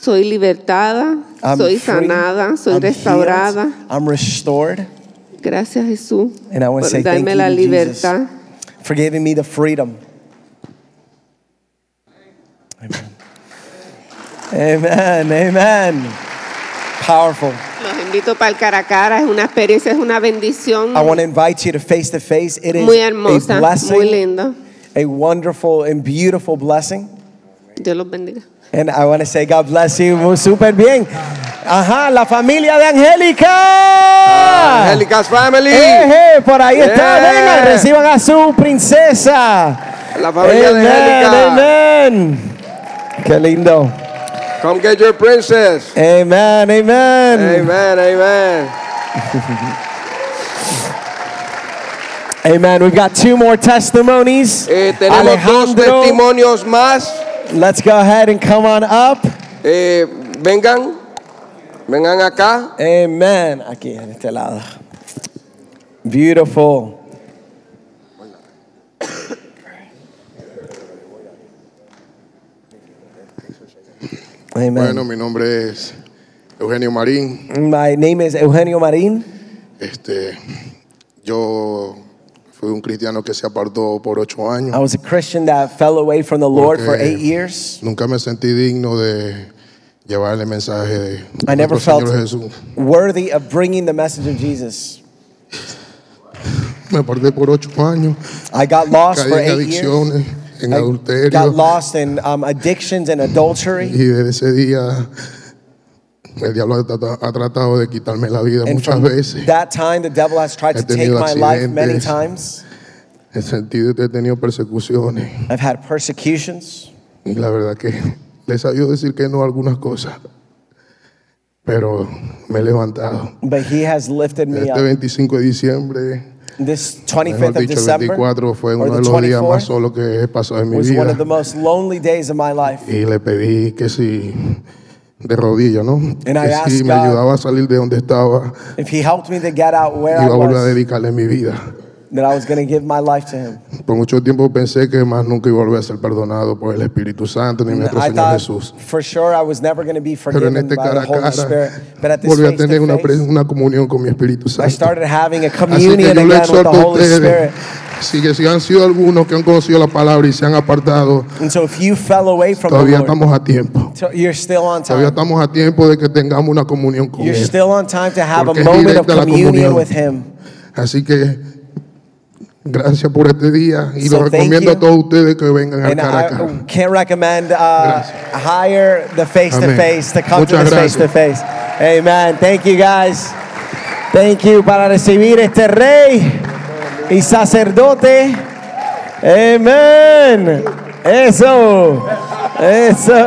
[SPEAKER 7] Soy libertada,
[SPEAKER 2] I'm
[SPEAKER 7] soy
[SPEAKER 2] free,
[SPEAKER 7] sanada, soy
[SPEAKER 2] I'm
[SPEAKER 7] restaurada.
[SPEAKER 2] healed, I'm restored.
[SPEAKER 7] Gracias, Jesús,
[SPEAKER 2] And I want to say
[SPEAKER 7] por
[SPEAKER 2] thank
[SPEAKER 7] darme
[SPEAKER 2] you,
[SPEAKER 7] la
[SPEAKER 2] to Jesus,
[SPEAKER 7] libertad.
[SPEAKER 2] for giving me the freedom. Amen. Amen. Amen. Powerful.
[SPEAKER 7] Los invito para el cara a cara, es una experiencia, es una bendición
[SPEAKER 2] I want to invite you to face to face. It is
[SPEAKER 7] muy
[SPEAKER 2] a
[SPEAKER 7] hermosa,
[SPEAKER 2] blessing,
[SPEAKER 7] muy linda.
[SPEAKER 2] a wonderful and beautiful blessing.
[SPEAKER 7] Dios los bendiga.
[SPEAKER 2] And I want to say God bless you. Muy Super bien. Ajá, la familia de Angélica.
[SPEAKER 1] Angélica's Family.
[SPEAKER 2] Eje, Eh, por ahí está.
[SPEAKER 1] Yeah.
[SPEAKER 2] Vengan, reciban a su princesa.
[SPEAKER 1] La familia de Angélica.
[SPEAKER 2] Amen. Qué lindo.
[SPEAKER 1] Come get your princess.
[SPEAKER 2] Amen, amen.
[SPEAKER 1] Amen, amen.
[SPEAKER 2] Amen. We've got two more testimonies.
[SPEAKER 1] Eh, tenemos dos
[SPEAKER 2] Alejandro,
[SPEAKER 1] testimonios más.
[SPEAKER 2] let's go ahead and come on up.
[SPEAKER 1] Eh, vengan, vengan acá.
[SPEAKER 2] Amen. Aquí, en este lado. Beautiful. Amen.
[SPEAKER 8] Bueno, mi nombre es Eugenio Marín.
[SPEAKER 2] My name is Eugenio Marín.
[SPEAKER 8] Este, yo fui un cristiano que se apartó por ocho años.
[SPEAKER 2] I was a Christian that fell away from the Lord for
[SPEAKER 8] Porque
[SPEAKER 2] eight years.
[SPEAKER 8] Nunca me sentí digno de llevar el mensaje de
[SPEAKER 2] I never
[SPEAKER 8] nuestro
[SPEAKER 2] felt
[SPEAKER 8] Señor Jesús.
[SPEAKER 2] worthy of bringing the message of Jesus.
[SPEAKER 8] Me aparté por ocho años.
[SPEAKER 2] I got lost
[SPEAKER 8] Caí
[SPEAKER 2] for
[SPEAKER 8] en
[SPEAKER 2] eight years.
[SPEAKER 8] adicciones, en
[SPEAKER 2] I got
[SPEAKER 8] adulterio.
[SPEAKER 2] lost in um, addictions and adultery.
[SPEAKER 8] Y desde ese día el diablo ha trata- ha tratado de quitarme la vida
[SPEAKER 2] And
[SPEAKER 8] muchas
[SPEAKER 2] from
[SPEAKER 8] veces.
[SPEAKER 2] that time, the devil has tried
[SPEAKER 8] He
[SPEAKER 2] to take
[SPEAKER 8] tenido
[SPEAKER 2] my life many
[SPEAKER 8] accidentes.
[SPEAKER 2] times.
[SPEAKER 8] He sentido que he tenido persecuciones.
[SPEAKER 2] I've had persecutions.
[SPEAKER 8] Y la verdad que les ayudo a decir que no a algunas cosas. Pero me he levantado.
[SPEAKER 2] But he has lifted me
[SPEAKER 8] Este
[SPEAKER 2] up.
[SPEAKER 8] 25 de diciembre,
[SPEAKER 2] This
[SPEAKER 8] mejor
[SPEAKER 2] 25th uh, of
[SPEAKER 8] dicho, el
[SPEAKER 2] December,
[SPEAKER 8] 24 fue
[SPEAKER 2] or
[SPEAKER 8] uno de
[SPEAKER 2] the
[SPEAKER 8] los días más
[SPEAKER 2] 24th,
[SPEAKER 8] solos que he pasado en mi
[SPEAKER 2] was one
[SPEAKER 8] vida.
[SPEAKER 2] of the most lonely days of my life.
[SPEAKER 8] Y le pedí que si de rodillas, ¿no?
[SPEAKER 2] I
[SPEAKER 8] Que
[SPEAKER 2] asked
[SPEAKER 8] si me
[SPEAKER 2] God-
[SPEAKER 8] ayudaba a salir de donde estaba,
[SPEAKER 2] If he helped me to get out where I
[SPEAKER 8] iba a volver a
[SPEAKER 2] was,
[SPEAKER 8] dedicarle mi vida.
[SPEAKER 2] that I was going to give my life to him.
[SPEAKER 8] Por mucho tiempo pensé que más nunca iba a volver a ser perdonado por el Espíritu Santo ni nuestro
[SPEAKER 2] I
[SPEAKER 8] Señor
[SPEAKER 2] thought
[SPEAKER 8] Jesús.
[SPEAKER 2] for sure I was never going to be
[SPEAKER 8] Pero en
[SPEAKER 2] forgiven
[SPEAKER 8] este
[SPEAKER 2] by
[SPEAKER 8] cara a
[SPEAKER 2] the Holy
[SPEAKER 8] cara
[SPEAKER 2] Spirit. But at this
[SPEAKER 8] volví a
[SPEAKER 2] face,
[SPEAKER 8] tener una,
[SPEAKER 2] to
[SPEAKER 8] pre-
[SPEAKER 2] face
[SPEAKER 8] una comunión con mi Espíritu
[SPEAKER 2] I
[SPEAKER 8] Santo.
[SPEAKER 2] started having a
[SPEAKER 8] Así que
[SPEAKER 2] communion
[SPEAKER 8] yo
[SPEAKER 2] again
[SPEAKER 8] le
[SPEAKER 2] with
[SPEAKER 8] exhorto
[SPEAKER 2] the
[SPEAKER 8] a
[SPEAKER 2] Holy Spirit.
[SPEAKER 8] ustedes, si, que si han sido algunos que han conocido la palabra y se han apartado,
[SPEAKER 2] And so if you fell away from
[SPEAKER 8] todavía
[SPEAKER 2] the Lord,
[SPEAKER 8] estamos a tiempo.
[SPEAKER 2] so you're still on
[SPEAKER 8] Todavía
[SPEAKER 2] time.
[SPEAKER 8] estamos a tiempo de que tengamos una comunión con
[SPEAKER 2] You're
[SPEAKER 8] Él.
[SPEAKER 2] still on time to have
[SPEAKER 8] Porque
[SPEAKER 2] a
[SPEAKER 8] es
[SPEAKER 2] moment of
[SPEAKER 8] directa la
[SPEAKER 2] communion
[SPEAKER 8] comunión.
[SPEAKER 2] with him.
[SPEAKER 8] Así que gracias por este día y
[SPEAKER 2] So,
[SPEAKER 8] los
[SPEAKER 2] thank
[SPEAKER 8] recomiendo a
[SPEAKER 2] you.
[SPEAKER 8] todos ustedes que vengan a
[SPEAKER 2] And
[SPEAKER 8] cara a
[SPEAKER 2] I
[SPEAKER 8] cara.
[SPEAKER 2] can't recommend uh,
[SPEAKER 8] Gracias.
[SPEAKER 2] higher the face to
[SPEAKER 8] Amén.
[SPEAKER 2] face, to come to
[SPEAKER 8] Muchas
[SPEAKER 2] this face to
[SPEAKER 8] gracias.
[SPEAKER 2] face. Amen. Thank you guys. Thank you para recibir este rey y sacerdote. Amen. Eso. Eso.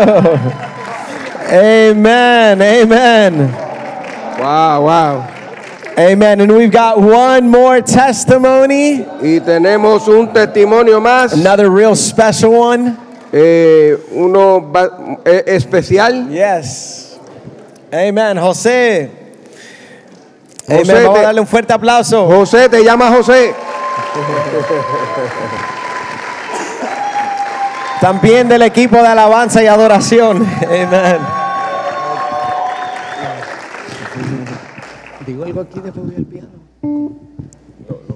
[SPEAKER 2] Amen. Amen.
[SPEAKER 1] Wow, wow.
[SPEAKER 2] Amen. And we've got one more testimony,
[SPEAKER 1] Y tenemos un testimonio más,
[SPEAKER 2] another real special one.
[SPEAKER 1] eh, uno va- eh, especial.
[SPEAKER 2] Yes. Amen, José. Amen.
[SPEAKER 1] José,
[SPEAKER 2] Vamos a
[SPEAKER 1] te-
[SPEAKER 2] darle un fuerte aplauso.
[SPEAKER 1] José, te llama José.
[SPEAKER 2] También del equipo de alabanza y adoración. Amen.
[SPEAKER 9] Digo algo aquí después del piano. Lo,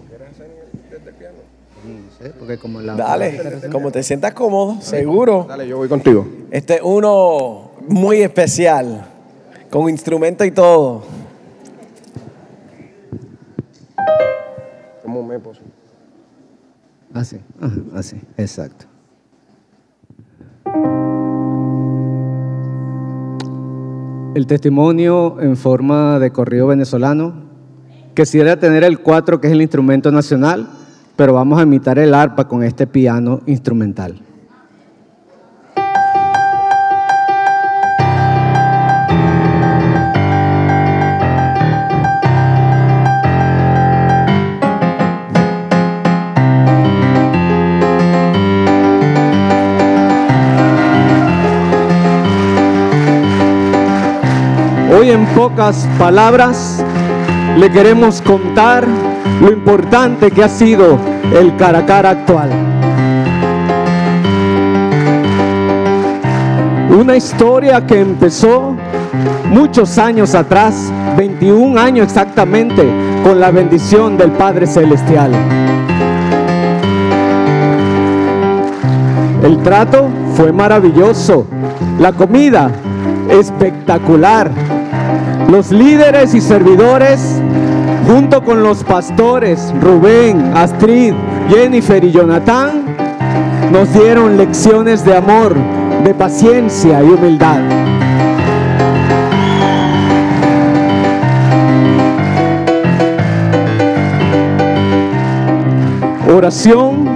[SPEAKER 9] quieres hacer desde el piano. No sé, ¿Eh? porque como la.
[SPEAKER 2] Dale, como te sientas cómodo, seguro.
[SPEAKER 1] Dale, yo voy contigo.
[SPEAKER 2] Este es uno muy especial, con instrumento y todo.
[SPEAKER 1] ¿Cómo me puso?
[SPEAKER 9] Así, ajá, así, Ah, exacto. El testimonio en forma de corrido venezolano. Quisiera tener el 4, que es el instrumento nacional, pero vamos a imitar el arpa con este piano instrumental. Hoy en pocas palabras le queremos contar lo importante que ha sido el cara a cara actual. Una historia que empezó muchos años atrás, 21 años exactamente, con la bendición del Padre Celestial. El trato fue maravilloso. La comida espectacular. Los líderes y servidores, junto con los pastores Rubén, Astrid, Jennifer y Jonathan, nos dieron lecciones de amor, de paciencia y humildad. Oración,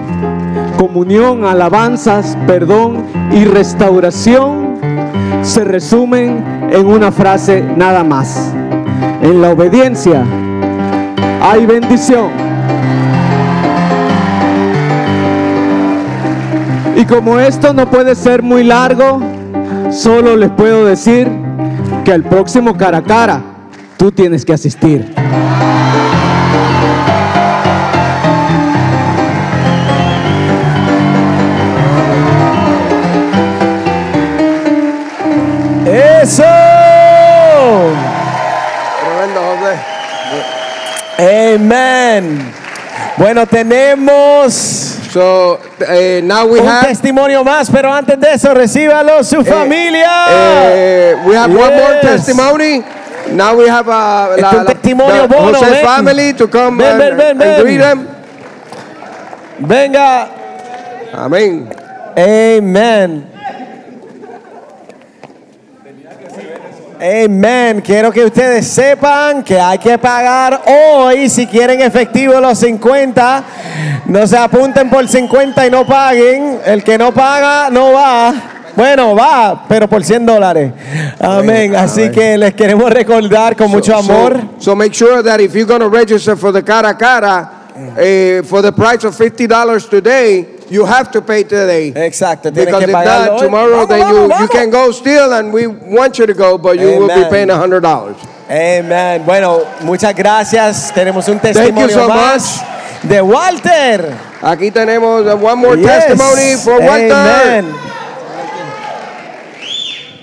[SPEAKER 9] comunión, alabanzas, perdón y restauración se resumen en una frase nada más. En la obediencia hay bendición. Y como esto no puede ser muy largo, solo les puedo decir que al próximo cara a cara tú tienes que asistir.
[SPEAKER 2] ¡Eso!
[SPEAKER 1] Tremendo, José.
[SPEAKER 2] Amén. Bueno, tenemos
[SPEAKER 1] eh, now we
[SPEAKER 2] un
[SPEAKER 1] have-
[SPEAKER 2] testimonio más, pero antes de eso, recíbalo su familia.
[SPEAKER 1] Eh, we have one more
[SPEAKER 2] Yes.
[SPEAKER 1] testimony. Now we have uh,
[SPEAKER 2] Es
[SPEAKER 1] la,
[SPEAKER 2] un
[SPEAKER 1] la,
[SPEAKER 2] testimonio
[SPEAKER 1] the
[SPEAKER 2] bono,
[SPEAKER 1] Jose
[SPEAKER 2] ven.
[SPEAKER 1] family to come
[SPEAKER 2] Ven,
[SPEAKER 1] and,
[SPEAKER 2] ven, ven,
[SPEAKER 1] and
[SPEAKER 2] ven.
[SPEAKER 1] greet them.
[SPEAKER 2] Venga.
[SPEAKER 1] Amén.
[SPEAKER 2] Amén. Amén. Quiero que ustedes sepan que hay que pagar hoy si quieren efectivo los 50. No se apunten por 50 y no paguen. El que no paga no va. Bueno, va, pero por 100 dólares. Amén. Así que les queremos recordar con mucho amor.
[SPEAKER 1] So, so make sure that if you're going to register for the cara a cara eh, for the price of fifty dollars today, you have to pay today.
[SPEAKER 2] Exacto. tienen
[SPEAKER 1] Because
[SPEAKER 2] que
[SPEAKER 1] if not,
[SPEAKER 2] pagarlo hoy.
[SPEAKER 1] tomorrow
[SPEAKER 2] Vamos,
[SPEAKER 1] then
[SPEAKER 2] vamos,
[SPEAKER 1] you, you
[SPEAKER 2] vamos.
[SPEAKER 1] can go still, and we want you to go, but you will be
[SPEAKER 2] Amen.
[SPEAKER 1] paying hundred dollars.
[SPEAKER 2] Amén. Bueno, muchas gracias. Tenemos un
[SPEAKER 1] you
[SPEAKER 2] testimonio
[SPEAKER 1] so
[SPEAKER 2] más de Walter.
[SPEAKER 1] Aquí tenemos uh, one more
[SPEAKER 2] Yes.
[SPEAKER 1] testimony for Walter.
[SPEAKER 2] Amen.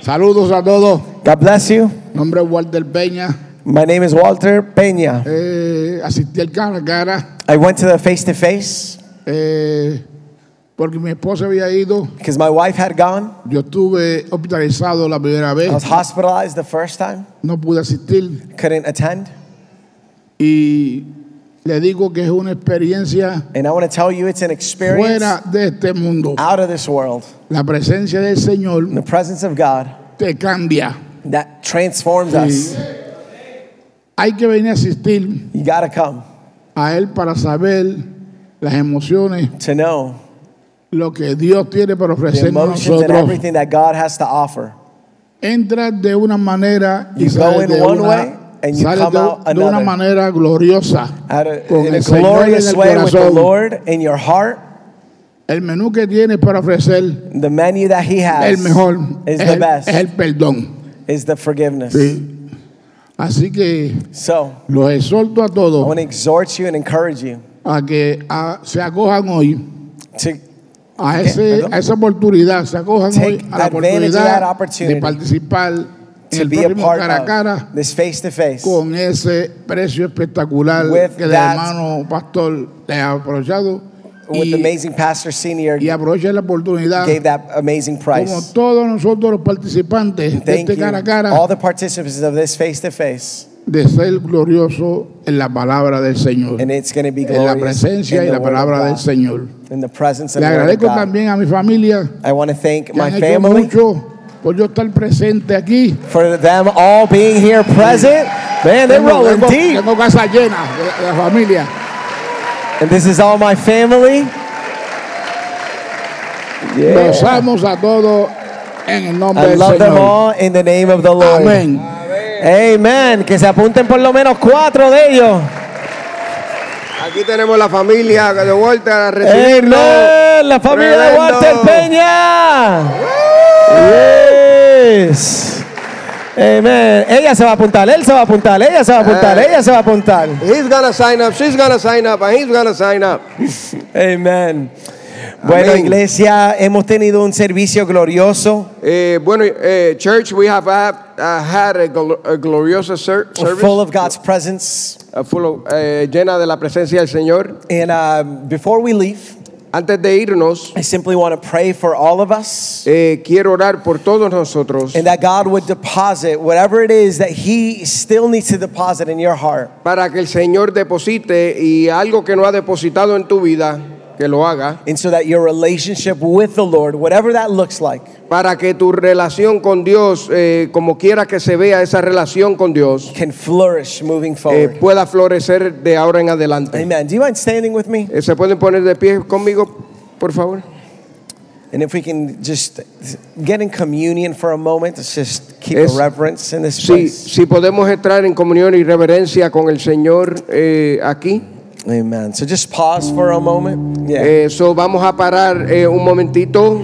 [SPEAKER 10] Saludos a todos.
[SPEAKER 2] God bless you.
[SPEAKER 10] Mi nombre es Walter Peña.
[SPEAKER 2] My name is Walter Peña.
[SPEAKER 10] Eh, asistí al cara a cara
[SPEAKER 2] I went to the face to face
[SPEAKER 10] eh, porque mi esposa había ido.
[SPEAKER 2] because my wife had gone.
[SPEAKER 10] Yo estuve hospitalizado la primera
[SPEAKER 2] I was
[SPEAKER 10] vez.
[SPEAKER 2] hospitalized the first time,
[SPEAKER 10] No pude asistir.
[SPEAKER 2] couldn't attend.
[SPEAKER 10] Y le digo que es una experiencia
[SPEAKER 2] And I want to tell you it's an experience
[SPEAKER 10] fuera de este mundo.
[SPEAKER 2] out of this world.
[SPEAKER 10] La presencia del Señor
[SPEAKER 2] The presence of God
[SPEAKER 10] te cambia.
[SPEAKER 2] that transforms
[SPEAKER 10] Y
[SPEAKER 2] us.
[SPEAKER 10] hay que venir a asistir
[SPEAKER 2] You got to come
[SPEAKER 10] a Él para saber las emociones,
[SPEAKER 2] to know
[SPEAKER 10] lo que Dios tiene para
[SPEAKER 2] the
[SPEAKER 10] ofrecernos a
[SPEAKER 2] emotions and
[SPEAKER 10] nosotros.
[SPEAKER 2] everything that God has to offer.
[SPEAKER 10] Entras de una manera
[SPEAKER 2] You
[SPEAKER 10] y
[SPEAKER 2] go
[SPEAKER 10] sales
[SPEAKER 2] in
[SPEAKER 10] de
[SPEAKER 2] one
[SPEAKER 10] una,
[SPEAKER 2] way and you
[SPEAKER 10] sales
[SPEAKER 2] come
[SPEAKER 10] de-
[SPEAKER 2] out
[SPEAKER 10] de una
[SPEAKER 2] another.
[SPEAKER 10] manera gloriosa
[SPEAKER 2] Out of,
[SPEAKER 10] con
[SPEAKER 2] in a
[SPEAKER 10] el Señor en
[SPEAKER 2] glorious
[SPEAKER 10] el
[SPEAKER 2] way with the
[SPEAKER 10] corazón.
[SPEAKER 2] Lord in your heart.
[SPEAKER 10] El menú que tienes para ofrecer
[SPEAKER 2] The menu that He
[SPEAKER 10] el
[SPEAKER 2] has
[SPEAKER 10] mejor
[SPEAKER 2] is
[SPEAKER 10] es
[SPEAKER 2] the
[SPEAKER 10] el,
[SPEAKER 2] best,
[SPEAKER 10] es el perdón.
[SPEAKER 2] is the forgiveness.
[SPEAKER 10] Sí. Así que
[SPEAKER 2] So
[SPEAKER 10] los exhorto a
[SPEAKER 2] I
[SPEAKER 10] todos
[SPEAKER 2] want to exhort you and encourage you
[SPEAKER 10] a que ah, se acojan hoy
[SPEAKER 2] to
[SPEAKER 10] a,
[SPEAKER 2] Ok,
[SPEAKER 10] ese,
[SPEAKER 2] perdón.
[SPEAKER 10] a esa oportunidad, se acojan
[SPEAKER 2] Take
[SPEAKER 10] hoy a la
[SPEAKER 2] advantage of that
[SPEAKER 10] oportunidad
[SPEAKER 2] opportunity
[SPEAKER 10] de participar en
[SPEAKER 2] to
[SPEAKER 10] el
[SPEAKER 2] be a
[SPEAKER 10] próximo
[SPEAKER 2] part
[SPEAKER 10] cara a cara
[SPEAKER 2] of this face to face
[SPEAKER 10] con ese precio espectacular
[SPEAKER 2] With
[SPEAKER 10] que el
[SPEAKER 2] that-
[SPEAKER 10] hermano pastor le ha aprovechado
[SPEAKER 2] with
[SPEAKER 10] y,
[SPEAKER 2] amazing Pastor Senior
[SPEAKER 10] y aprovecha la oportunidad
[SPEAKER 2] gave that uh, amazing
[SPEAKER 10] como
[SPEAKER 2] price.
[SPEAKER 10] todos nosotros los participantes de
[SPEAKER 2] Thank
[SPEAKER 10] este
[SPEAKER 2] you,
[SPEAKER 10] cara a cara
[SPEAKER 2] all the participants of this face to face,
[SPEAKER 10] de ser glorioso en la palabra del Señor
[SPEAKER 2] and it's going to be
[SPEAKER 10] en la
[SPEAKER 2] glorious
[SPEAKER 10] presencia
[SPEAKER 2] in the
[SPEAKER 10] y la
[SPEAKER 2] Word of
[SPEAKER 10] palabra del
[SPEAKER 2] God,
[SPEAKER 10] Señor
[SPEAKER 2] in the presence of
[SPEAKER 10] le
[SPEAKER 2] the Word of
[SPEAKER 10] agradezco
[SPEAKER 2] God.
[SPEAKER 10] también a mi familia
[SPEAKER 2] I want to thank
[SPEAKER 10] que
[SPEAKER 2] my
[SPEAKER 10] han hecho
[SPEAKER 2] family
[SPEAKER 10] mucho por yo estar presente aquí
[SPEAKER 2] for them all being here present. Man, they're
[SPEAKER 10] Tengo-
[SPEAKER 2] rolling
[SPEAKER 10] tengo-
[SPEAKER 2] deep.
[SPEAKER 10] tengo casa llena de, de la familia.
[SPEAKER 2] And this is all my family.
[SPEAKER 10] Los amos a todos en el nombre
[SPEAKER 2] I
[SPEAKER 10] del
[SPEAKER 2] love them
[SPEAKER 10] Señor.
[SPEAKER 2] all in the name of the Lord.
[SPEAKER 10] Amén.
[SPEAKER 2] Amen. Que se apunten por lo menos cuatro de ellos.
[SPEAKER 1] Aquí tenemos la familia de Walter a recibirlo.
[SPEAKER 2] Amen. La familia de
[SPEAKER 1] Tremendo.
[SPEAKER 2] Walter Peña. Yes. Amen. Ella se va a apuntar, él se va a apuntar, ella se va a apuntar,
[SPEAKER 1] Eh.
[SPEAKER 2] ella se va a apuntar.
[SPEAKER 1] He's gonna sign up, she's gonna sign up, and he's gonna sign up.
[SPEAKER 2] Amen. Bueno,
[SPEAKER 1] Amén.
[SPEAKER 2] iglesia, hemos tenido un servicio glorioso.
[SPEAKER 1] Eh, bueno, eh, church, we have had, uh, had a, gl- a gloriosa ser- service,
[SPEAKER 2] Full of God's presence.
[SPEAKER 1] uh, full of, eh, llena de la presencia del Señor.
[SPEAKER 2] And um, before we leave,
[SPEAKER 1] Antes de irnos,
[SPEAKER 2] I simply want to pray for all of us
[SPEAKER 1] eh, quiero orar por todos nosotros
[SPEAKER 2] and that God would deposit whatever it is that He still needs to deposit in your heart.
[SPEAKER 1] para que el Señor deposite y algo que no ha depositado en tu vida, que lo haga,
[SPEAKER 2] And so that your relationship with the Lord, whatever that looks like,
[SPEAKER 1] para que tu relación con Dios, eh, como quiera que se vea esa relación con Dios,
[SPEAKER 2] can flourish moving
[SPEAKER 1] eh,
[SPEAKER 2] forward.
[SPEAKER 1] pueda florecer de ahora en adelante.
[SPEAKER 2] Amen. Do you mind standing with me?
[SPEAKER 1] Eh, ¿Se pueden poner de pie conmigo, por favor?
[SPEAKER 2] And if we can just get in communion for a moment, let's just keep
[SPEAKER 1] Es-
[SPEAKER 2] a reverence in this
[SPEAKER 1] Si,
[SPEAKER 2] place.
[SPEAKER 1] si podemos entrar en comunión y reverencia con el Señor eh, aquí,
[SPEAKER 2] Amen. So just pause for a moment. Yeah.
[SPEAKER 1] Eh, so vamos a parar eh, un momentito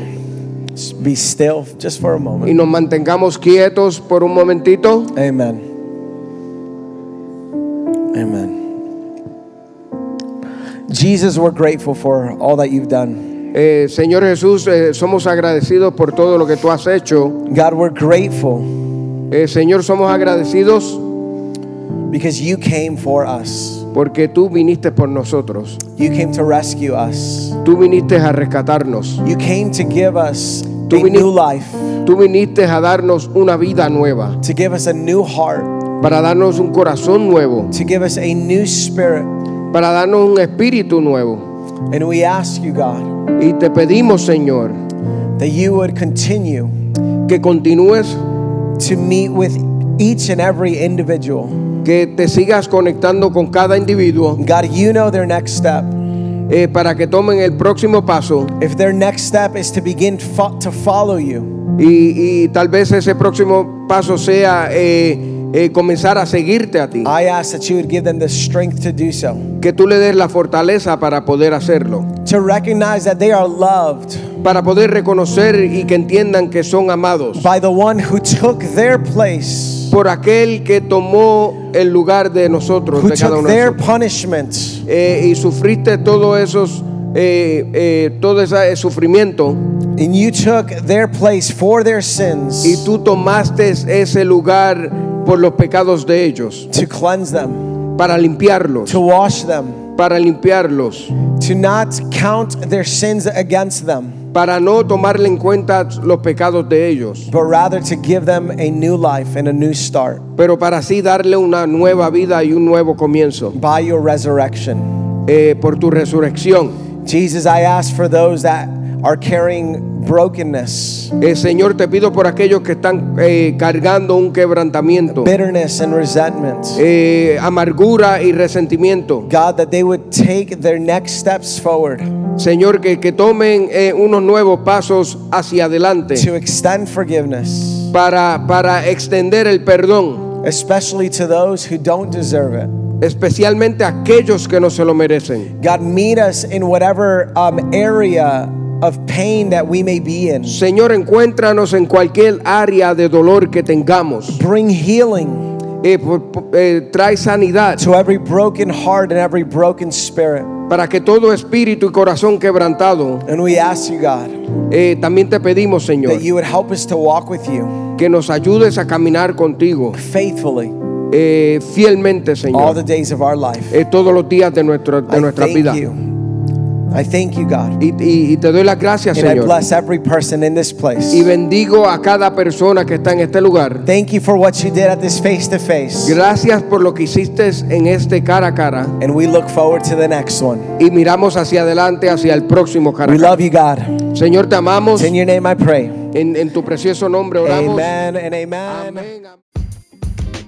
[SPEAKER 2] Just be still just for a
[SPEAKER 1] y
[SPEAKER 2] moment.
[SPEAKER 1] nos mantengamos quietos por un momentito.
[SPEAKER 2] Amen. Amen. Jesus, we're grateful for all that you've done.
[SPEAKER 1] Eh, Señor Jesús, eh, somos agradecidos por todo lo que tú has hecho.
[SPEAKER 2] God, we're grateful
[SPEAKER 1] Eh, Señor, somos agradecidos
[SPEAKER 11] because you came for us.
[SPEAKER 1] porque tú viniste por nosotros.
[SPEAKER 11] You came to rescue us.
[SPEAKER 1] Tú viniste a rescatarnos.
[SPEAKER 11] You came to give us a
[SPEAKER 1] Tú,
[SPEAKER 11] new
[SPEAKER 1] viniste,
[SPEAKER 11] life,
[SPEAKER 1] tú viniste a darnos una vida nueva,
[SPEAKER 11] to give us a new heart,
[SPEAKER 1] para darnos un corazón nuevo,
[SPEAKER 11] to give us a new spirit.
[SPEAKER 1] para darnos un espíritu nuevo.
[SPEAKER 11] And we ask you, God,
[SPEAKER 1] Y te pedimos, Señor,
[SPEAKER 11] that you would continue
[SPEAKER 1] que continúes,
[SPEAKER 11] to meet with each and every individual.
[SPEAKER 1] que te sigas conectando con cada individuo
[SPEAKER 11] God, you know their next step.
[SPEAKER 1] eh, para que tomen el próximo paso.
[SPEAKER 11] If their next step is to begin fo- to follow you,
[SPEAKER 1] Y, y tal vez ese próximo paso sea eh, eh, comenzar a seguirte a ti.
[SPEAKER 11] I ask that you would give them the strength to do so,
[SPEAKER 1] Que tú le des la fortaleza para poder hacerlo.
[SPEAKER 11] to recognize that they are loved
[SPEAKER 1] Para poder reconocer y que entiendan que son amados.
[SPEAKER 11] by the one who took their place,
[SPEAKER 1] Por aquel que tomó el lugar de nosotros,
[SPEAKER 11] who
[SPEAKER 1] de cada
[SPEAKER 11] took
[SPEAKER 1] uno de
[SPEAKER 11] their
[SPEAKER 1] nosotros.
[SPEAKER 11] punishment,
[SPEAKER 1] Eh, y sufriste todos esos, eh, eh, todo ese sufrimiento.
[SPEAKER 11] and you took their place for their
[SPEAKER 1] Y
[SPEAKER 11] sins
[SPEAKER 1] tú tomaste ese lugar por los pecados de ellos.
[SPEAKER 11] to cleanse them,
[SPEAKER 1] Para limpiarlos.
[SPEAKER 11] to wash them,
[SPEAKER 1] Para limpiarlos.
[SPEAKER 11] to not count their sins against them,
[SPEAKER 1] para no tomarle en cuenta los pecados de ellos,
[SPEAKER 11] but rather to give them a new life and a new start
[SPEAKER 1] pero para así darle una nueva vida y un nuevo comienzo
[SPEAKER 11] by your resurrection.
[SPEAKER 1] eh, por tu resurrección.
[SPEAKER 11] Jesus, I ask for those that are carrying brokenness,
[SPEAKER 1] Eh, Señor, te pido por aquellos que están eh, cargando un quebrantamiento,
[SPEAKER 11] bitterness, and resentment.
[SPEAKER 1] eh, amargura y resentimiento.
[SPEAKER 11] God, that they would take their next steps forward
[SPEAKER 1] Señor, que, que tomen eh, unos nuevos pasos hacia
[SPEAKER 11] to
[SPEAKER 1] adelante
[SPEAKER 11] extend forgiveness,
[SPEAKER 1] para, para extender el perdón,
[SPEAKER 11] especially to those who don't deserve it.
[SPEAKER 1] especialmente a aquellos que no se lo merecen.
[SPEAKER 11] God, meet us in whatever um, area of pain that we may be in.
[SPEAKER 1] Señor, encuéntranos en cualquier área de dolor que tengamos.
[SPEAKER 11] Bring healing
[SPEAKER 1] Eh, por- por- eh, trae sanidad
[SPEAKER 11] to every broken heart and every broken spirit.
[SPEAKER 1] para que todo espíritu y corazón quebrantado,
[SPEAKER 11] And we ask you, God,
[SPEAKER 1] eh, también te pedimos, Señor,
[SPEAKER 11] that you would help us to walk with you
[SPEAKER 1] que nos ayudes a caminar contigo
[SPEAKER 11] faithfully
[SPEAKER 1] eh, fielmente,
[SPEAKER 11] all
[SPEAKER 1] Señor,
[SPEAKER 11] the days of our life.
[SPEAKER 1] eh, todos los días de, nuestro, de
[SPEAKER 11] I
[SPEAKER 1] nuestra vida.
[SPEAKER 11] thank you. I thank you, God.
[SPEAKER 1] Y, y- y te doy las gracias,
[SPEAKER 11] And I
[SPEAKER 1] Señor.
[SPEAKER 11] bless every person in this place.
[SPEAKER 1] Y bendigo a cada persona que está en este lugar.
[SPEAKER 11] Thank you for what you did at this face to face.
[SPEAKER 1] Gracias por lo que hiciste en este cara a cara.
[SPEAKER 11] And we look forward to the next one.
[SPEAKER 1] Y miramos hacia adelante, hacia el próximo cara. a
[SPEAKER 11] We
[SPEAKER 1] cara.
[SPEAKER 11] love you, God.
[SPEAKER 1] Señor, te amamos.
[SPEAKER 11] It's in your name I pray.
[SPEAKER 1] En, en tu precioso nombre oramos.
[SPEAKER 11] Amen and amen.
[SPEAKER 1] Amén. amén.